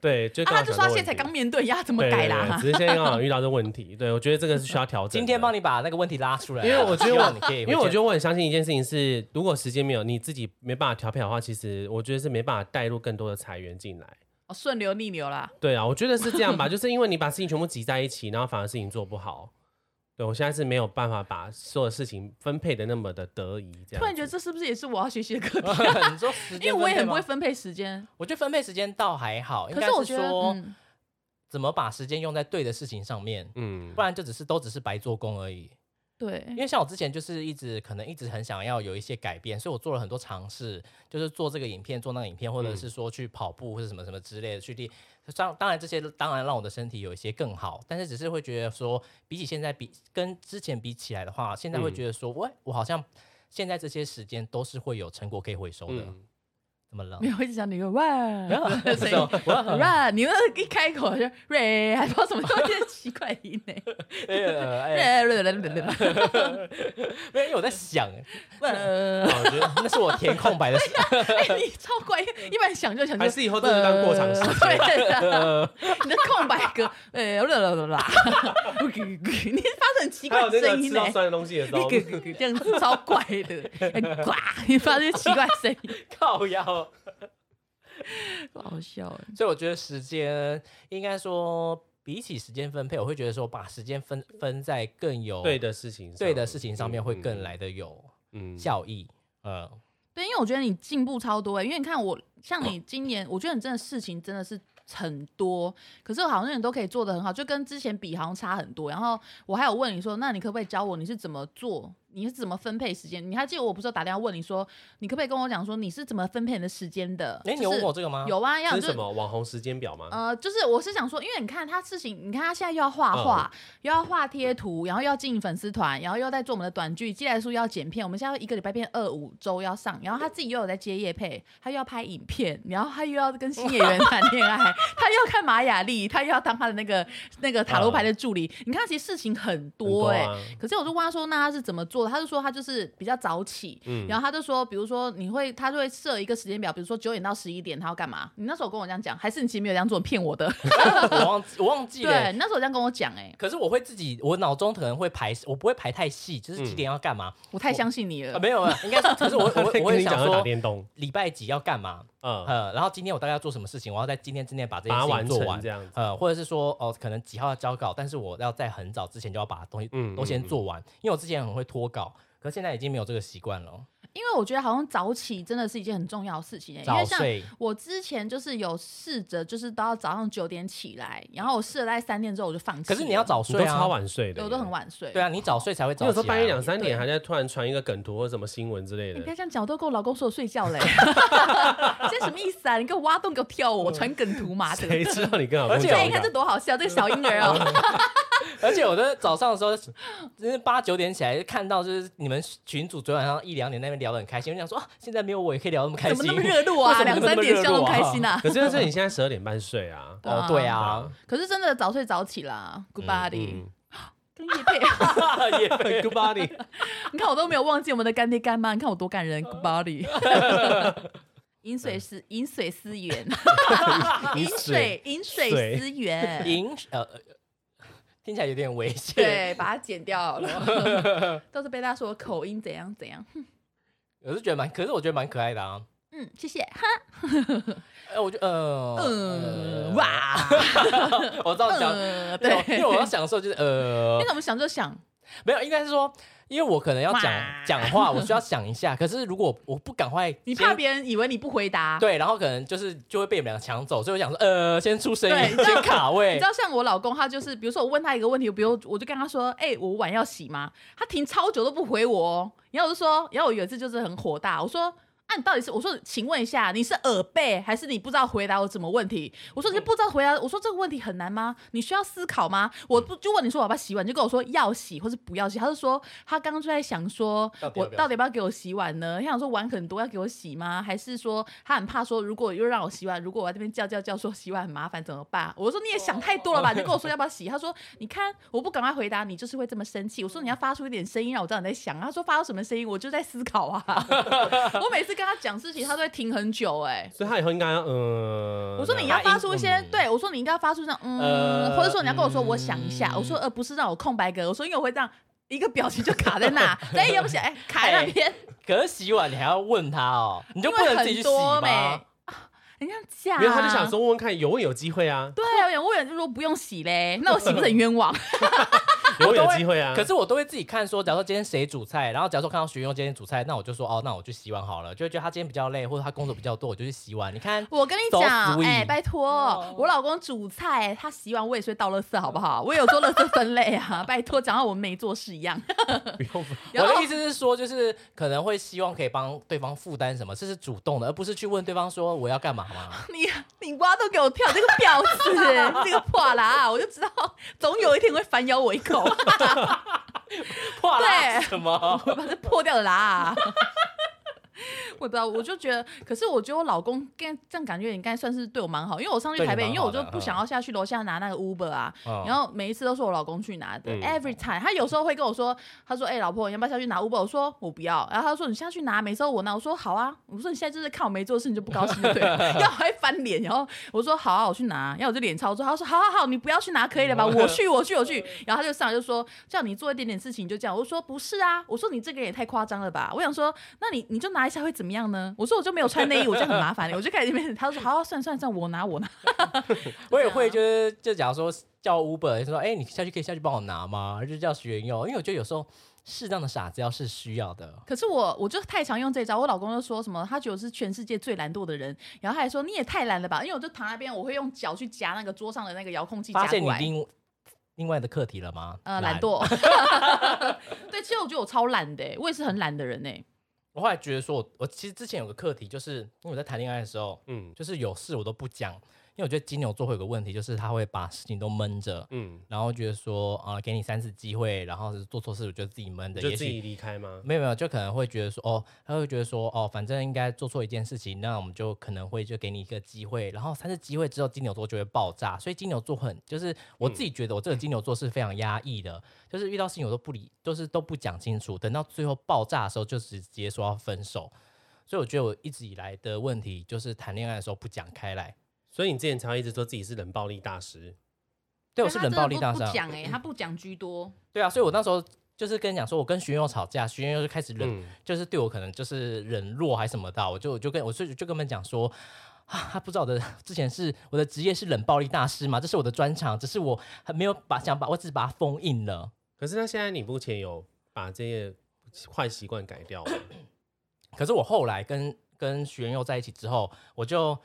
Speaker 3: 对，就刚
Speaker 1: 他
Speaker 3: 好
Speaker 1: 就
Speaker 3: 想
Speaker 1: 说啊
Speaker 3: 到
Speaker 1: 他现
Speaker 3: 这个问
Speaker 1: 在才
Speaker 3: 题
Speaker 1: 刚面对呀，怎么
Speaker 3: 对
Speaker 1: 改
Speaker 3: 对对
Speaker 1: 啦？
Speaker 3: 只是现在刚好遇到这个问题，对我觉得这个是需要调整的。
Speaker 2: 今天帮你把那个问题拉出来啊，
Speaker 3: 因为我觉得
Speaker 2: 希
Speaker 3: 我
Speaker 2: 望你可以，
Speaker 3: 因为我觉得我很相信一件事情是，如果时间没有你自己没办法调配好的话，其实我觉得是没办法带入更多的裁员进来。
Speaker 1: 哦顺流逆流啦，
Speaker 3: 对啊，我觉得是这样吧，就是因为你把事情全部挤在一起，然后反而事情做不好。对我现在是没有办法把所有事情分配的那么的得宜，这样子。哦
Speaker 1: 突然觉得这是不是也是我要学习的 课题？
Speaker 2: 得你说时
Speaker 1: 因
Speaker 2: 间，
Speaker 1: 为我也很不会，分配时间，
Speaker 2: 我觉得分配时间倒还好，应
Speaker 1: 可
Speaker 2: 该
Speaker 1: 是我觉得，
Speaker 2: 说
Speaker 1: 嗯，
Speaker 2: 怎么把时间用在对的事情上面，
Speaker 3: 嗯
Speaker 2: 不，然就只是都只是白做工而已。因
Speaker 1: 对，
Speaker 2: 为像我之前就是一直可能一直很想要有一些改变，所以我做了很多尝试，就是做这个影片、做那个影片，或者是说去跑步或者什么什么之类的去地。当当然这些当然让我的身体有一些更好，但是只是会觉得说，比起现在比跟之前比起来的话，现在会
Speaker 3: 嗯
Speaker 2: 觉得说，喂、我好像现在这些时间都是会有成果可以回收的。
Speaker 3: 嗯，
Speaker 2: 怎么了
Speaker 1: 没？有一直讲你个 run
Speaker 3: 哦
Speaker 1: 的声音
Speaker 2: 不是我
Speaker 1: run，你那一开口就 run，还不知道什么东西奇怪的音呢
Speaker 2: 哎呀哎呀
Speaker 1: ，run，
Speaker 2: 没有，因为我在想，哦
Speaker 1: 哎，
Speaker 2: 我觉得那是我填空白的时候。
Speaker 1: 你超怪，一般想就想
Speaker 3: 还
Speaker 1: 就是
Speaker 3: 以后真的当过场呃戏。
Speaker 1: 对啊的， 你的空白格，哎，啦啦啦 啦，你发出很奇
Speaker 3: 还
Speaker 1: 怪
Speaker 3: 有
Speaker 1: 的
Speaker 3: 那个
Speaker 1: 声音
Speaker 3: 吃
Speaker 1: 呢
Speaker 3: 到。酸的东西的时
Speaker 1: 那
Speaker 3: 候，
Speaker 1: 个咯咯这样子超怪的，哎呱！你发出奇怪的声音，
Speaker 2: 靠腰。
Speaker 1: 好笑哎。
Speaker 2: 所以我觉得时间应该说，比起时间分配，我会觉得说把时间分分在更有
Speaker 3: 对的事情，
Speaker 2: 对的事情上面，会更来的有
Speaker 3: 嗯
Speaker 2: 效益。呃，
Speaker 1: 对，因为我觉得你进步超多哎、因为你看我，像你今年，我觉得你真的事情真的是很多，可是好像你都可以做得很好，就跟之前比好像差很多。然后我还有问你说，那你可不可以教我你是怎么做，你是怎么分配时间？你还记得我不是有打电话问你说，你可不可以跟我讲说你是怎么分配你的时间的？
Speaker 2: 哎，
Speaker 1: 就
Speaker 2: 你有问
Speaker 1: 是
Speaker 2: 我这个吗？
Speaker 1: 有啊，要
Speaker 3: 这
Speaker 1: 就是
Speaker 3: 什么网红时间表吗？
Speaker 1: 呃，就是我是想说，因为你看他事情，你看他现在又要画
Speaker 3: 嗯
Speaker 1: 画，又要画贴图，然后又要经营粉丝团，然后又要在做我们的短剧，寄来书又要剪片，我们现在一个礼拜变二五周要上，然后他自己又有在接夜配，他又要拍影片，然后他又要跟新演员谈恋爱，他又要看玛雅丽，他又要当他的那个那个塔罗牌的助理，你看其实事情很多哎、
Speaker 3: 很多啊
Speaker 1: 可是我就问他说，那他是怎么做的？他就说他就是比较早起，
Speaker 3: 嗯
Speaker 1: 然后他就说，比如说你会，他就会设一个时间表，比如说九点到十一点他要干嘛？你那时候跟我这样讲，还是你其实没有这样做，你骗我 的？
Speaker 2: 我忘我忘记
Speaker 1: 对，
Speaker 2: 了。
Speaker 1: 你那时候这样跟我讲，哎，
Speaker 2: 可是我会自己，我脑中可能会排，我不会排太细，就是
Speaker 3: 嗯
Speaker 2: 几点要干嘛
Speaker 1: 我太相信你了
Speaker 2: 啊？。没有，没有应该是，可 是我我我
Speaker 3: 跟
Speaker 2: 我会
Speaker 3: 你
Speaker 2: 想
Speaker 3: 讲要打
Speaker 2: 说
Speaker 3: 电动，
Speaker 2: 礼拜几要干嘛，
Speaker 3: 嗯，
Speaker 2: 呃，然后今天我大概要做什么事情，我要在今天之内把这件
Speaker 3: 把它
Speaker 2: 事情
Speaker 3: 完
Speaker 2: 做
Speaker 3: 成
Speaker 2: 完
Speaker 3: 这。样子。
Speaker 2: 呃，或者是说哦，可能几号要交稿，但是我要在很早之前就要把东西
Speaker 3: 嗯
Speaker 2: 都先
Speaker 3: 嗯嗯
Speaker 2: 做完，因为我之前很会拖稿，可是现在已经没有这个习惯了。
Speaker 1: 因为我觉得好像早起真的是一件很重要的事情、哎，因
Speaker 2: 早
Speaker 1: 为像
Speaker 2: 睡，
Speaker 1: 我之前就是有试着，就是都要早上九点起来，然后我试了大概三天之后我就放弃。
Speaker 2: 可是你要，早
Speaker 3: 你
Speaker 2: 睡
Speaker 3: 都
Speaker 2: 啊，
Speaker 3: 超晚睡的
Speaker 1: 对，
Speaker 3: 耶，
Speaker 1: 我都很晚睡。
Speaker 2: 对啊，你早睡才会早起、啊。
Speaker 3: 你有时候半夜两三点
Speaker 1: 对
Speaker 3: 还在突然传一个梗图或者什么新闻之类
Speaker 1: 哎你不
Speaker 3: 的
Speaker 1: 要，这样讲，我都跟我老公说我睡 觉嘞、这什么意思啊？你给我挖洞，给我跳我，我传梗图嘛的。
Speaker 3: 谁知道你跟老公
Speaker 2: 而且
Speaker 3: 讲
Speaker 1: 对，你看这多好笑，这个小婴儿哦，
Speaker 2: 而且我的早上的时候，就是八九点起来就看到，就是你们群主昨天晚上一两点那边聊得很开心，我想说啊，现在没有我也可以聊得那么开
Speaker 1: 怎
Speaker 2: 心，
Speaker 1: 么那么热络啊？
Speaker 2: 哎 为什
Speaker 1: 两
Speaker 2: 么那
Speaker 1: 三
Speaker 2: 么
Speaker 1: 点
Speaker 2: 热
Speaker 1: 笑那
Speaker 2: 络
Speaker 1: 么
Speaker 2: 啊
Speaker 1: 开心啊！
Speaker 3: 可是就是你现在十二点半睡啊，
Speaker 2: 哦，对啊
Speaker 3: 啊，
Speaker 1: 可是真的早睡早起啦，Goodbody，
Speaker 3: 嗯
Speaker 1: 跟啊叶佩，
Speaker 2: 也
Speaker 3: ，Good body，
Speaker 1: 你看我都没有忘记我们的干爹干妈，你看我多感人，Goodbody。饮水
Speaker 2: 嗯
Speaker 1: 思饮水思 源，
Speaker 3: 饮
Speaker 1: 饮水饮水
Speaker 3: 水
Speaker 1: 思 源，
Speaker 2: 银呃，呃听起来有点危险。
Speaker 1: 对，把它剪掉好了。 都是被他说口音怎样怎样。
Speaker 2: 我是觉得蛮，可是我觉得蛮可爱的啊。
Speaker 1: 嗯，谢谢。哈，
Speaker 2: 哎、我觉得呃，
Speaker 1: 嗯，
Speaker 2: 呃，
Speaker 1: 哇，
Speaker 2: 我知道你讲，
Speaker 1: 嗯，
Speaker 2: 对，
Speaker 1: 对，
Speaker 2: 因为我要享受就是 呃
Speaker 1: 你，怎么想就想，
Speaker 2: 没有，应该是说，因为我可能要
Speaker 1: 哇
Speaker 2: 讲讲话，我需要想一下。可是如果我不赶快先，
Speaker 1: 你怕别人以为你不回答。
Speaker 2: 对，然后可能就是就会被你们两个抢走，所以我想说，呃，先出声
Speaker 1: 对你知
Speaker 2: 音，
Speaker 1: 道
Speaker 2: 先卡
Speaker 1: 你
Speaker 2: 位
Speaker 1: 知。道，像我老公，他就是，比如说我问他一个问题，比如我就跟他说：“哎、我碗要洗吗？”他停超久都不回我哦。然后我就说，然后我有一次就是很火大，我说：“啊，你到底是？我说，请问一下，你是耳背还是你不知道回答我什么问题？”我说：“你是不知道回答？我说这个问题很难吗？你需要思考吗？”我不就问你说我要不要洗碗，你就跟我说要洗或是不要洗。他就说他刚刚就在想说
Speaker 2: 到，底
Speaker 1: 我
Speaker 2: 要不要
Speaker 1: 到底要不要给我洗碗呢？他想说碗很多要给我洗吗？还是说他很怕说如果又让我洗碗，如果我在这边叫叫叫说洗碗很麻烦怎么办？我说你也想太多了
Speaker 2: 哦
Speaker 1: 吧？你跟我说要不要洗？他说你看我不赶快回答你就是会这么生气。我说你要发出一点声音让我知道你在想。他说发出什么声音？我就在思考啊。 我每次跟他讲事情，他都会停很久哎、
Speaker 3: 所以他以后应该要嗯，
Speaker 1: 我说你
Speaker 3: 这
Speaker 1: 要
Speaker 3: 样
Speaker 1: 发出一些，
Speaker 2: 嗯
Speaker 1: 对我说你应该发出这样，嗯，
Speaker 2: 呃
Speaker 1: 或者说你要跟我说我想一下，
Speaker 2: 嗯
Speaker 1: 我说呃不是让我空白格，我说因为我会这样一个表情就卡在 那，哎要不起哎卡在那边，
Speaker 2: 可是洗碗你还要问他哦，你就
Speaker 1: 因
Speaker 2: 不
Speaker 1: 为
Speaker 2: 能自
Speaker 1: 很
Speaker 2: 己去洗
Speaker 1: 多没
Speaker 2: 吗
Speaker 1: 啊？， 人家假，
Speaker 3: 没有，他就想说问问看，有问有机 会啊，
Speaker 1: 对啊，我有如果不用洗嘞，那我洗不是很冤 枉？
Speaker 3: 有
Speaker 2: 我
Speaker 3: 问
Speaker 2: 都
Speaker 3: 有
Speaker 2: 会
Speaker 3: 机会啊。
Speaker 2: 可是我都会自己看说，假如说今天谁煮菜，然后假如说看到徐云今天煮菜，那我就说哦，那我去洗碗好了，就会觉得他今天比较累，或者他工作比较多，我就去洗碗。你看，
Speaker 1: 我跟你
Speaker 2: 走
Speaker 1: 讲，
Speaker 2: 死
Speaker 1: 哎、
Speaker 2: 鱼
Speaker 1: 拜托，我老公煮菜，他洗碗我也是会倒垃圾，好不好？我也有做垃圾分类啊， 拜托，讲到我们没做事一样。
Speaker 3: 不用
Speaker 1: 然
Speaker 2: 我
Speaker 1: 后
Speaker 2: 的意思是说，就是可能会希望可以帮对方负担什么，这是主动的，而不是去问对方说我要干嘛 嘛。
Speaker 1: 你你瓜都给我跳，这个婊子， 这个破啦，啊我就知道总有一天会反咬我一口，
Speaker 2: 哇啦
Speaker 1: 对
Speaker 2: 什么？
Speaker 1: 我把这破掉的啦。 我不知道，我就觉得，可是我觉得我老公跟这样感觉应该算是对我蛮好，因为我上去
Speaker 2: 对你
Speaker 1: 台北，
Speaker 2: 蛮
Speaker 1: 因为我
Speaker 2: 好的
Speaker 1: 就不想要下去楼下拿那个 Uber 啊，
Speaker 2: 嗯
Speaker 1: 然后每一次都是我老公去拿的、
Speaker 3: 嗯
Speaker 1: e v e r y time。他有时候会跟我说，他说：“哎、老婆，你要不要下去拿 Uber？” 我说：“我不要。”然后他说：“你下去拿，每次都我拿。”我说：“好啊。”我说：“你现在就是看我没做事，你就不高兴就对了。”然后还翻脸，然后我说：“好啊，我去拿。”然后我就脸超臭。他说：“好好好，你不要去拿，可以了吧？我去，我去，我去。”然后他就上来就说：“叫你做一点点事情你就这样。”我说：“不是啊，我说你这个人也太夸张了吧？”我想说，那你你就拿一下会怎么样呢？我说我就没有穿内衣，我这样很麻烦、我就开始那边，他说：“好、啊，算算算，我拿我拿。”
Speaker 2: 我也
Speaker 1: 啊
Speaker 2: 会就是就假如说叫 Uber 说，哎、你下去可以下去帮我拿吗？就是叫学员用，因为我觉得有时候适当的傻子要是需要的。
Speaker 1: 可是我我就太常用这招，我老公就说什么，他觉得我是全世界最懒惰的人，然后他还说你也太懒了吧，因为我就躺在那边，我会用脚去夹那个桌上的那个遥控器夹
Speaker 2: 发现
Speaker 1: 过
Speaker 2: 你
Speaker 1: 来。
Speaker 2: 另另外的课题了吗？
Speaker 1: 呃，懒。惰。 对，其实我觉得我超懒的欸，我也是很懒的人哎。
Speaker 2: 我后来觉得说我我其实之前有个课题，就是因为我在谈恋爱的时候，
Speaker 3: 嗯
Speaker 2: 就是有事我都不讲，因为我觉得金牛座会有个问题，就是他会把事情都闷着。
Speaker 3: 嗯，
Speaker 2: 然后觉得说啊、给你三次机会，然后做错事，我觉得自己闷
Speaker 3: 你
Speaker 2: 的，
Speaker 3: 就
Speaker 2: 也
Speaker 3: 自
Speaker 2: 许
Speaker 3: 己离开吗？
Speaker 2: 没有没有，就可能会觉得说，哦，他会觉得说，哦，反正应该做错一件事情，那我们就可能会就给你一个机会，然后三次机会之后，金牛座就会爆炸。所以金牛座很，就是我自
Speaker 3: 嗯
Speaker 2: 己觉得我这个金牛座是非常压抑的，就是遇到事情我都不理，就是都不讲清楚，等到最后爆炸的时候就直接说要分手。所以我觉得我一直以来的问题就是谈恋爱的时候不讲开来，
Speaker 3: 所以你之前才会一直说自己是冷暴力大师，
Speaker 2: 对我是冷暴力大
Speaker 1: 他真的不不
Speaker 2: 上，
Speaker 1: 讲哎，他不讲居多。
Speaker 2: 对啊，所以我那时候就是跟你讲说，我跟徐佑吵架，徐佑就开始冷
Speaker 3: 嗯，
Speaker 2: 就是对我可能就是冷落还是什么的，我就我就跟我就就跟他们讲说。啊，他不知道我的之前是我的职业是冷暴力大师嘛，这是我的专长，只是我还没有把想把我只是把它封印了。
Speaker 3: 可是他现在你目前有把这些坏习惯改掉 吗？
Speaker 2: 可是我后来跟跟徐元佑在一起之后，我就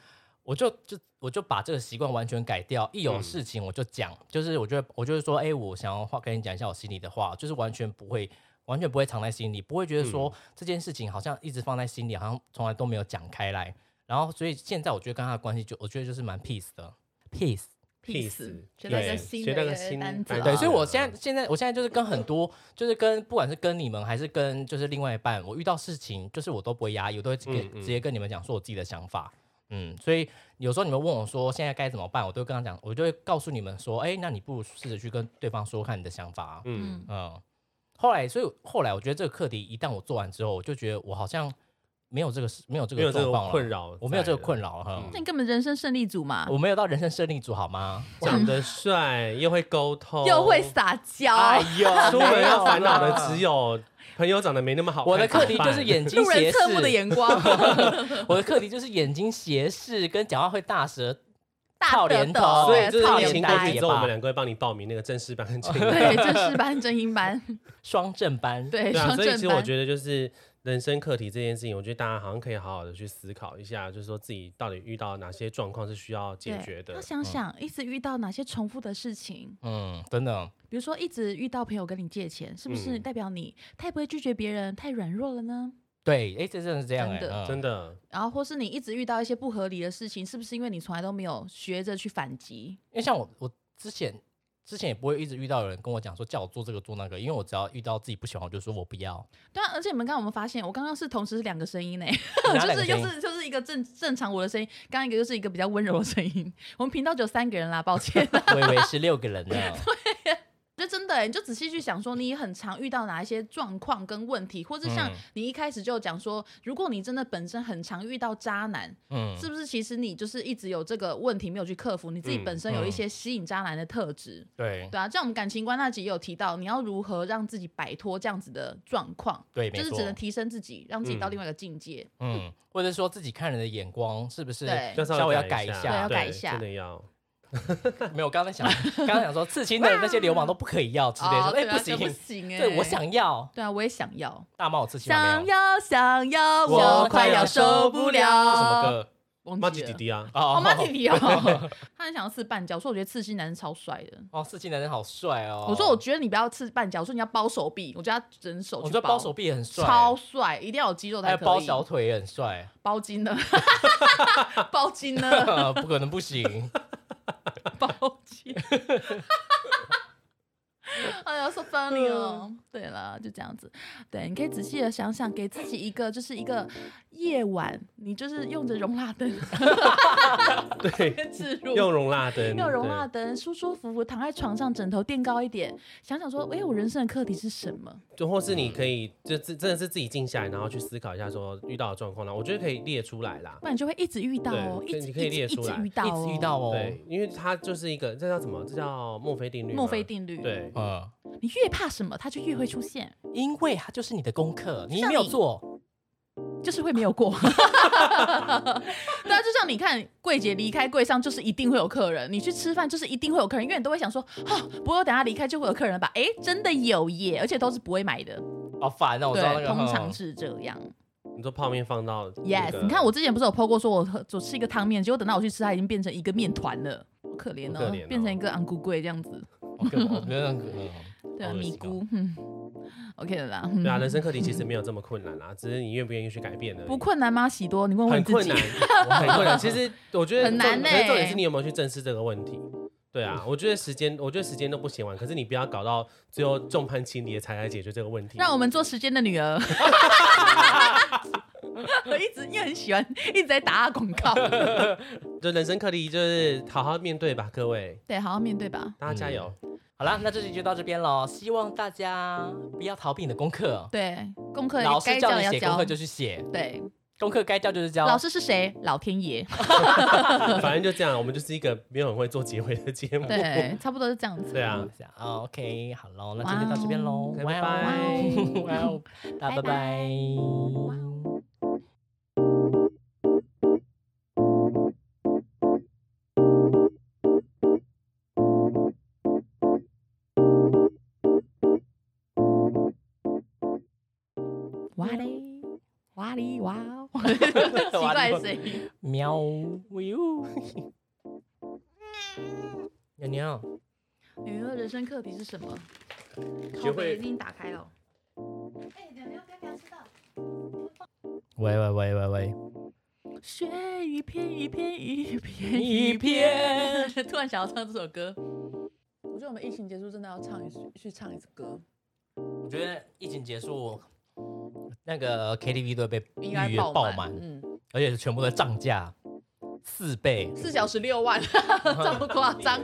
Speaker 2: 我就就我就把这个习惯完全改掉，一有
Speaker 3: 嗯
Speaker 2: 事情我就讲，就是我就会我就是说，哎、我想要话跟你讲一下我心里的话，就是完全不会完全不会藏在心里，不会觉得说、这件事情好像一直放在心里，好像从来都没有讲开来。然后所以现在我觉得跟他的关系就我觉得就是蛮 peace 的 peace。
Speaker 3: Peace，
Speaker 1: 学到一个
Speaker 3: 对
Speaker 1: 新的
Speaker 3: 学到
Speaker 1: 一
Speaker 3: 个
Speaker 1: 个
Speaker 3: 新
Speaker 1: 单词
Speaker 3: 单
Speaker 1: 啊
Speaker 3: 词
Speaker 2: 对，所以我
Speaker 3: 啊
Speaker 2: 现在现在我现在就是跟很多，就是跟不管是跟你们还是跟就是另外一半，我遇到事情就是我都不会压抑，我都会直接、
Speaker 3: 嗯嗯
Speaker 2: 直接跟你们讲说我自己的想法。嗯，所以有时候你们问我说现在该怎么办，我都会跟他讲，我就会告诉你们说，哎、那你不如试着去跟对方说看你的想法啊。
Speaker 3: 嗯，
Speaker 1: 嗯，
Speaker 2: 嗯，后来所以后来我觉得这个课题一旦我做完之后，我就觉得我好像没有这个没有这
Speaker 3: 没有
Speaker 2: 个
Speaker 3: 这
Speaker 2: 状
Speaker 3: 个
Speaker 2: 况了
Speaker 3: 困，扰，
Speaker 2: 我没有这个困。扰哈，
Speaker 1: 那你根本人生胜利组嘛，
Speaker 2: 我没有到人生胜利组好吗？
Speaker 3: 长得帅又会沟通，
Speaker 1: 又会撒娇，
Speaker 2: 哎 呦，
Speaker 3: 出门要烦恼
Speaker 2: 没有
Speaker 3: 的
Speaker 2: 啦
Speaker 3: 只有朋友长得没那么好看。
Speaker 2: 我的课题
Speaker 3: 怎
Speaker 2: 就
Speaker 3: 么办
Speaker 2: 是眼睛
Speaker 1: 路
Speaker 2: 斜
Speaker 1: 人
Speaker 2: 视
Speaker 1: 侧目的眼 光，
Speaker 2: 我的课题就是眼睛斜视跟讲话会大舌，
Speaker 1: 大
Speaker 2: 脸
Speaker 1: 得
Speaker 2: 头
Speaker 1: 得
Speaker 3: 所以就是
Speaker 1: 操
Speaker 3: 疫情
Speaker 1: 脸
Speaker 2: 大
Speaker 3: 过
Speaker 1: 呆
Speaker 3: 去
Speaker 2: 姐
Speaker 3: 之后，我
Speaker 2: 吧
Speaker 3: 们两个会帮你报名那个正式班 跟正音班。
Speaker 1: 对，正式班、正音班，
Speaker 2: 双正班。
Speaker 1: 对，
Speaker 3: 对啊，
Speaker 1: 双
Speaker 3: 所以其
Speaker 1: 正
Speaker 3: 实我
Speaker 1: 班。
Speaker 3: 觉得就是人生课题这件事情，我觉得大家好像可以好好的去思考一下，就是说自己到底遇到哪些状况是需要解
Speaker 1: 对
Speaker 3: 决的嗯
Speaker 1: 要。想想一直遇到哪些重复的事情，
Speaker 2: 嗯，真的，
Speaker 1: 比如说一直遇到朋友跟你借钱，是不是
Speaker 3: 嗯
Speaker 1: 代表你太不会拒绝别人，太软弱了呢？
Speaker 2: 对，哎，这真的是这样哎，
Speaker 1: 真的
Speaker 2: 嗯
Speaker 3: 真的，
Speaker 1: 然后或是你一直遇到一些不合理的事情，是不是因为你从来都没有学着去反击？
Speaker 2: 因为像我，我之前之前也不会一直遇到有人跟我讲说叫我做这个做那个，因为我只要遇到自己不喜欢，我就说我不要。
Speaker 1: 对啊，而且你们刚刚我们发现，我刚刚是同时是两个声音呢，
Speaker 2: 哪
Speaker 1: 就
Speaker 2: 两个
Speaker 1: 是又
Speaker 2: 声音
Speaker 1: 是就是一个正正常我的声音，刚刚一个就是一个比较温柔的声音。我们频道只有三个人啦，抱 歉。
Speaker 2: 我以为是六个 人呢。
Speaker 1: 就真的、欸，你就仔细去想说，你很常遇到哪一些状况跟问题，或者像
Speaker 2: 嗯
Speaker 1: 你一开始就讲说，如果你真的本身很常遇到渣男，
Speaker 2: 嗯，
Speaker 1: 是不是其实你就是一直有这个问题没有去克服，你自己本身有一
Speaker 2: 嗯哦
Speaker 1: 些吸引渣男的特质，
Speaker 2: 对
Speaker 1: 对啊，像我们感情观那集也有提到，你要如何让自己摆脱这样子的状况，
Speaker 2: 对，
Speaker 1: 就
Speaker 2: 没
Speaker 1: 是只
Speaker 2: 错
Speaker 1: 能。提升自己，让自己到
Speaker 3: 嗯
Speaker 1: 另外一个境界。
Speaker 2: 嗯，或者说自己看人的眼光是不是
Speaker 1: 对
Speaker 3: 要
Speaker 2: 稍微要
Speaker 3: 改
Speaker 2: 改一
Speaker 1: 对要改
Speaker 2: 下？
Speaker 3: 对
Speaker 1: 一下
Speaker 3: 真的要。
Speaker 1: 啊
Speaker 2: 没有，我刚才想，刚才想说刺青的那些流氓都不可以要之类的，
Speaker 1: 哦
Speaker 2: 哎，
Speaker 1: 对
Speaker 2: 不
Speaker 1: 啊这不
Speaker 2: 行，
Speaker 1: 行哎，
Speaker 2: 对我，想要
Speaker 1: 对啊，我也想要，
Speaker 2: 大猫有刺青吗
Speaker 1: 想
Speaker 2: 没有？
Speaker 1: 要想 要，我快要受不了。
Speaker 2: 这什么？歌？
Speaker 3: 妈
Speaker 1: 忘
Speaker 3: 吉
Speaker 1: 记
Speaker 3: 弟
Speaker 1: 了。
Speaker 3: 弟啊，
Speaker 1: 哦，
Speaker 2: 哦
Speaker 1: 妈弟弟哦，他很想要刺半脚，说我觉得刺青男生超帅的。
Speaker 2: 哦，刺青男人好帅哦！
Speaker 1: 我说我觉得你不要刺半脚，我说你要包手臂，我觉得他整手
Speaker 2: 我
Speaker 1: 去
Speaker 2: 觉得包手臂也很帅，
Speaker 1: 超帅，一定要有肌肉
Speaker 2: 还
Speaker 1: 才
Speaker 2: 有
Speaker 1: 可以。
Speaker 2: 包小腿也 很帅，
Speaker 1: 包金 呢？包金呢？
Speaker 2: 不可能不行。
Speaker 1: 包金。哎呀，说 funny 哦。对了，就这样子。对，你可以仔细的想想，给自己一个就是一个夜晚，你就是用着容蜡灯
Speaker 3: 对，
Speaker 1: 自入。
Speaker 3: 用容蜡灯，
Speaker 1: 要容蜡
Speaker 3: 对
Speaker 1: 灯，舒舒服服躺在床上，枕头垫高一点，想想说，哎、我人生的课题是什么？
Speaker 3: 就或是你可以就自真的是自己静下来，然后去思考一下说遇到的状况啦，我觉得可以列出来啦
Speaker 1: 不。然你就会一直遇到哦，一
Speaker 3: 对
Speaker 1: 直
Speaker 3: 你可以列
Speaker 1: 一直
Speaker 3: 出来
Speaker 1: 一直遇到、
Speaker 2: 一
Speaker 1: 哦，
Speaker 2: 直遇到哦，
Speaker 3: 对，因为它就是一个这叫什么？这叫墨菲定律吗。
Speaker 1: 墨菲定律。
Speaker 3: 对，
Speaker 2: 嗯，
Speaker 1: 你越怕什么，它就越会出现，
Speaker 2: 因为它就是你的功课，你没有做，
Speaker 1: 就是会没有过。
Speaker 3: 嗯
Speaker 1: 对啊，就像你看，柜姐离开柜上就是一定会有客人，你去吃饭就是一定会有客人，因为你都会想说，哈、不过等下离开就会有客人了吧？哎、真的有耶，而且都是不会买的，
Speaker 2: 好烦哦！我知道那
Speaker 1: 对，
Speaker 2: 个，
Speaker 1: 通常
Speaker 2: 嗯
Speaker 1: 是这样。
Speaker 3: 你说泡面放到
Speaker 1: Yes，、
Speaker 3: 那个
Speaker 1: 你看我之前不是有 PO 过，说我喝我吃一个汤面，结果等到我去吃，它已经变成一个面团了，好可怜哦，
Speaker 3: 好可怜哦
Speaker 1: 变成一个昂咕贵这样子，
Speaker 2: 我根本我没有那个，嗯
Speaker 1: 对啊，
Speaker 2: 好恶心
Speaker 1: 米
Speaker 2: 哦
Speaker 1: 糊，嗯，OK 的啦，嗯
Speaker 3: 对啊，人生课 题其实没有这么困难啦，只是你愿不愿意去改变而已。
Speaker 1: 不困难吗？喜多，你问问
Speaker 3: 很
Speaker 1: 你自
Speaker 3: 困
Speaker 1: 己
Speaker 3: 难，，我很困
Speaker 2: 嗯
Speaker 3: 难。其实我觉得
Speaker 1: 很难
Speaker 3: 重可是重点
Speaker 1: 欸
Speaker 3: 是你有没有去正视这个问题。对啊，我觉得时间，我觉得时间都不嫌晚，可是你不要搞到最后众叛亲离才来解决这个问题。
Speaker 1: 让我们做时间的女儿。 我一直因为很喜欢，一直在打他广 告。
Speaker 3: 就人生课题就是好好面对吧，各位，
Speaker 1: 对，好好面对吧。
Speaker 3: 大家加油。
Speaker 2: 好啦，那这集就到这边喽，希望大家不要逃避你的功课，
Speaker 1: 对，功课
Speaker 2: 老
Speaker 1: 该
Speaker 2: 师
Speaker 1: 交
Speaker 2: 叫
Speaker 1: 的
Speaker 2: 你
Speaker 1: 要
Speaker 2: 写功
Speaker 1: 交
Speaker 2: 课。就去写，
Speaker 1: 对，
Speaker 2: 功课该交就是交，
Speaker 1: 老师是谁？老天 爷。
Speaker 3: 反正就这样，我们就是一个没有很会做结尾的节 目。
Speaker 2: 哎
Speaker 1: 对，差不多是这样子。
Speaker 3: 对啊
Speaker 2: 啊，，OK，好喽，那今天到这边喽，
Speaker 3: 哇哦
Speaker 2: 哦 哇哦，大家
Speaker 1: 拜拜
Speaker 2: 拜拜。
Speaker 1: 哇哦哇嘞，哇哩哇 哦， 奇怪的声音。
Speaker 2: 喵呜，妞妞，
Speaker 1: 你的人生课题是什么？
Speaker 3: 学
Speaker 1: 靠
Speaker 3: 会
Speaker 1: 北已经打开了。哎，有没有刚刚知道？
Speaker 2: 喂喂喂喂喂，
Speaker 1: 雪一片一片一片
Speaker 2: 一片。
Speaker 1: 突然想要唱这首歌，我觉得我们疫情结束真的要唱一首去唱一次歌，
Speaker 2: 我觉得疫情结束，那个 KTV 都被
Speaker 1: 应该
Speaker 2: 预约爆满，
Speaker 1: 嗯，
Speaker 2: 而且是全部的涨价四倍。
Speaker 1: 四小时六 万，这么夸 张。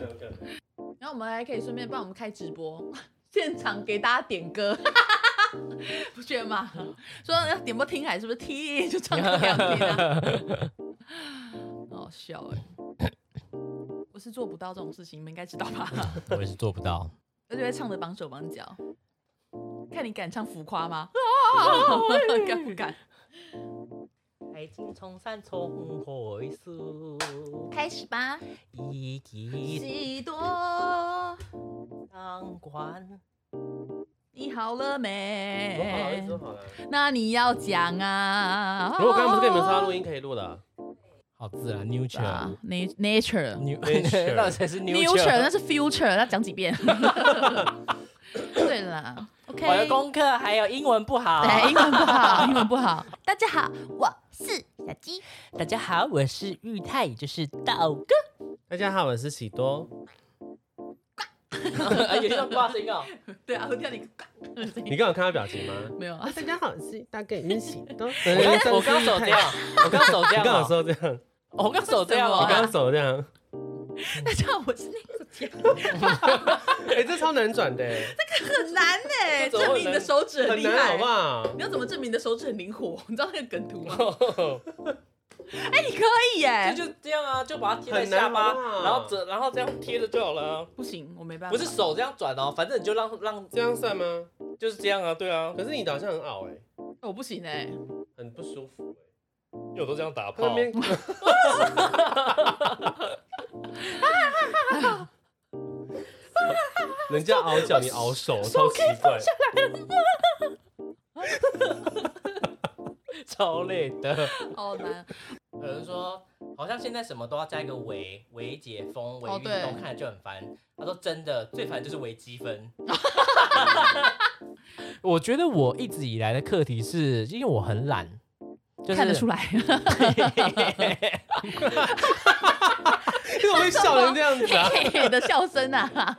Speaker 1: 然后我们还可以顺便帮我们开直播，现场给大家点歌， 不觉得吗？说要点播听海是不是 T 就唱歌两天啊？ 好笑哎、 我是做不到这种事情，你们应该知道吧？
Speaker 2: 我也是做不到。
Speaker 1: 而且会唱的绑手绑脚，看你敢唱浮夸吗？啊 敢不敢？
Speaker 2: 海景冲山重回溯，
Speaker 1: 开始吧，
Speaker 2: 一记
Speaker 1: 喜多，
Speaker 2: 当官。
Speaker 1: 你好了没？
Speaker 3: 好了。
Speaker 2: 哎
Speaker 1: 那你要讲啊。
Speaker 3: 如果刚刚不是跟你们说他录音可以录的啊，
Speaker 2: 好自然，neutral。
Speaker 1: n a t u r e
Speaker 2: New
Speaker 3: Nature
Speaker 2: 那才是
Speaker 1: future，
Speaker 2: neutral。
Speaker 1: 那是 future，那讲几 遍？对啦，OK。哎
Speaker 2: 我的功课还有英文不
Speaker 3: 啊
Speaker 2: 好。
Speaker 1: 对，英文不好，英文不 好。大家好，我是小鸡。
Speaker 2: 大家好，我是玉泰，也就是道 哥。
Speaker 3: 大家好，我是喜多。
Speaker 2: 有这种挂音哦。
Speaker 1: 对啊，我叫你。
Speaker 3: 你刚有看他表情吗？
Speaker 1: 没有啊？
Speaker 3: 大家好，是大概是喜
Speaker 2: 我
Speaker 3: 多。我
Speaker 2: 哎刚我刚手这样，我刚手这
Speaker 3: 你
Speaker 2: 样
Speaker 3: 刚
Speaker 2: 哦，
Speaker 3: 好说这样，
Speaker 2: 我刚手这样
Speaker 1: 好
Speaker 2: 哦
Speaker 1: 啊，
Speaker 3: 你刚刚手这样，
Speaker 1: 大家好，我是那个姐。
Speaker 3: 哎，这超难转的欸，
Speaker 1: 很难呢，
Speaker 2: 这怎么
Speaker 1: 证
Speaker 2: 会
Speaker 1: 明你的手指
Speaker 3: 很
Speaker 1: 厉
Speaker 3: 难好
Speaker 1: 害
Speaker 3: 不。好？
Speaker 1: 你要怎么证明你的手指很灵活？你知道那个梗图 吗？ 哎，你可以耶
Speaker 2: 这！就这样啊，就啊把它贴在
Speaker 3: 很难
Speaker 2: 下巴
Speaker 3: 好不，好
Speaker 2: 然后这然后这样贴着就好了啊。
Speaker 1: 不行，我没办法。
Speaker 2: 不是手这样转哦，反正你就让让
Speaker 3: 这样算吗？
Speaker 2: 就是这样啊，对啊，
Speaker 3: 可是你的好像很拗哎，
Speaker 1: 我不行哎。
Speaker 3: 很不舒服哎。
Speaker 2: 因为我都这样打
Speaker 3: 他那边 人家熬脚，你熬手，超奇怪。
Speaker 2: 超累的。
Speaker 1: 好哦难。
Speaker 2: 有人说，好像现在什么都要加一个围，围解封、围
Speaker 1: 嗯哦
Speaker 2: 运
Speaker 1: 对
Speaker 2: 动，看着就很烦。他说真的，最烦就是围积分。 我觉得我一直以来的课题是，因为我很懒，就是
Speaker 1: 看得 出来，
Speaker 3: 你怎么会笑成这样子啊？
Speaker 1: 嘿嘿的笑声啊！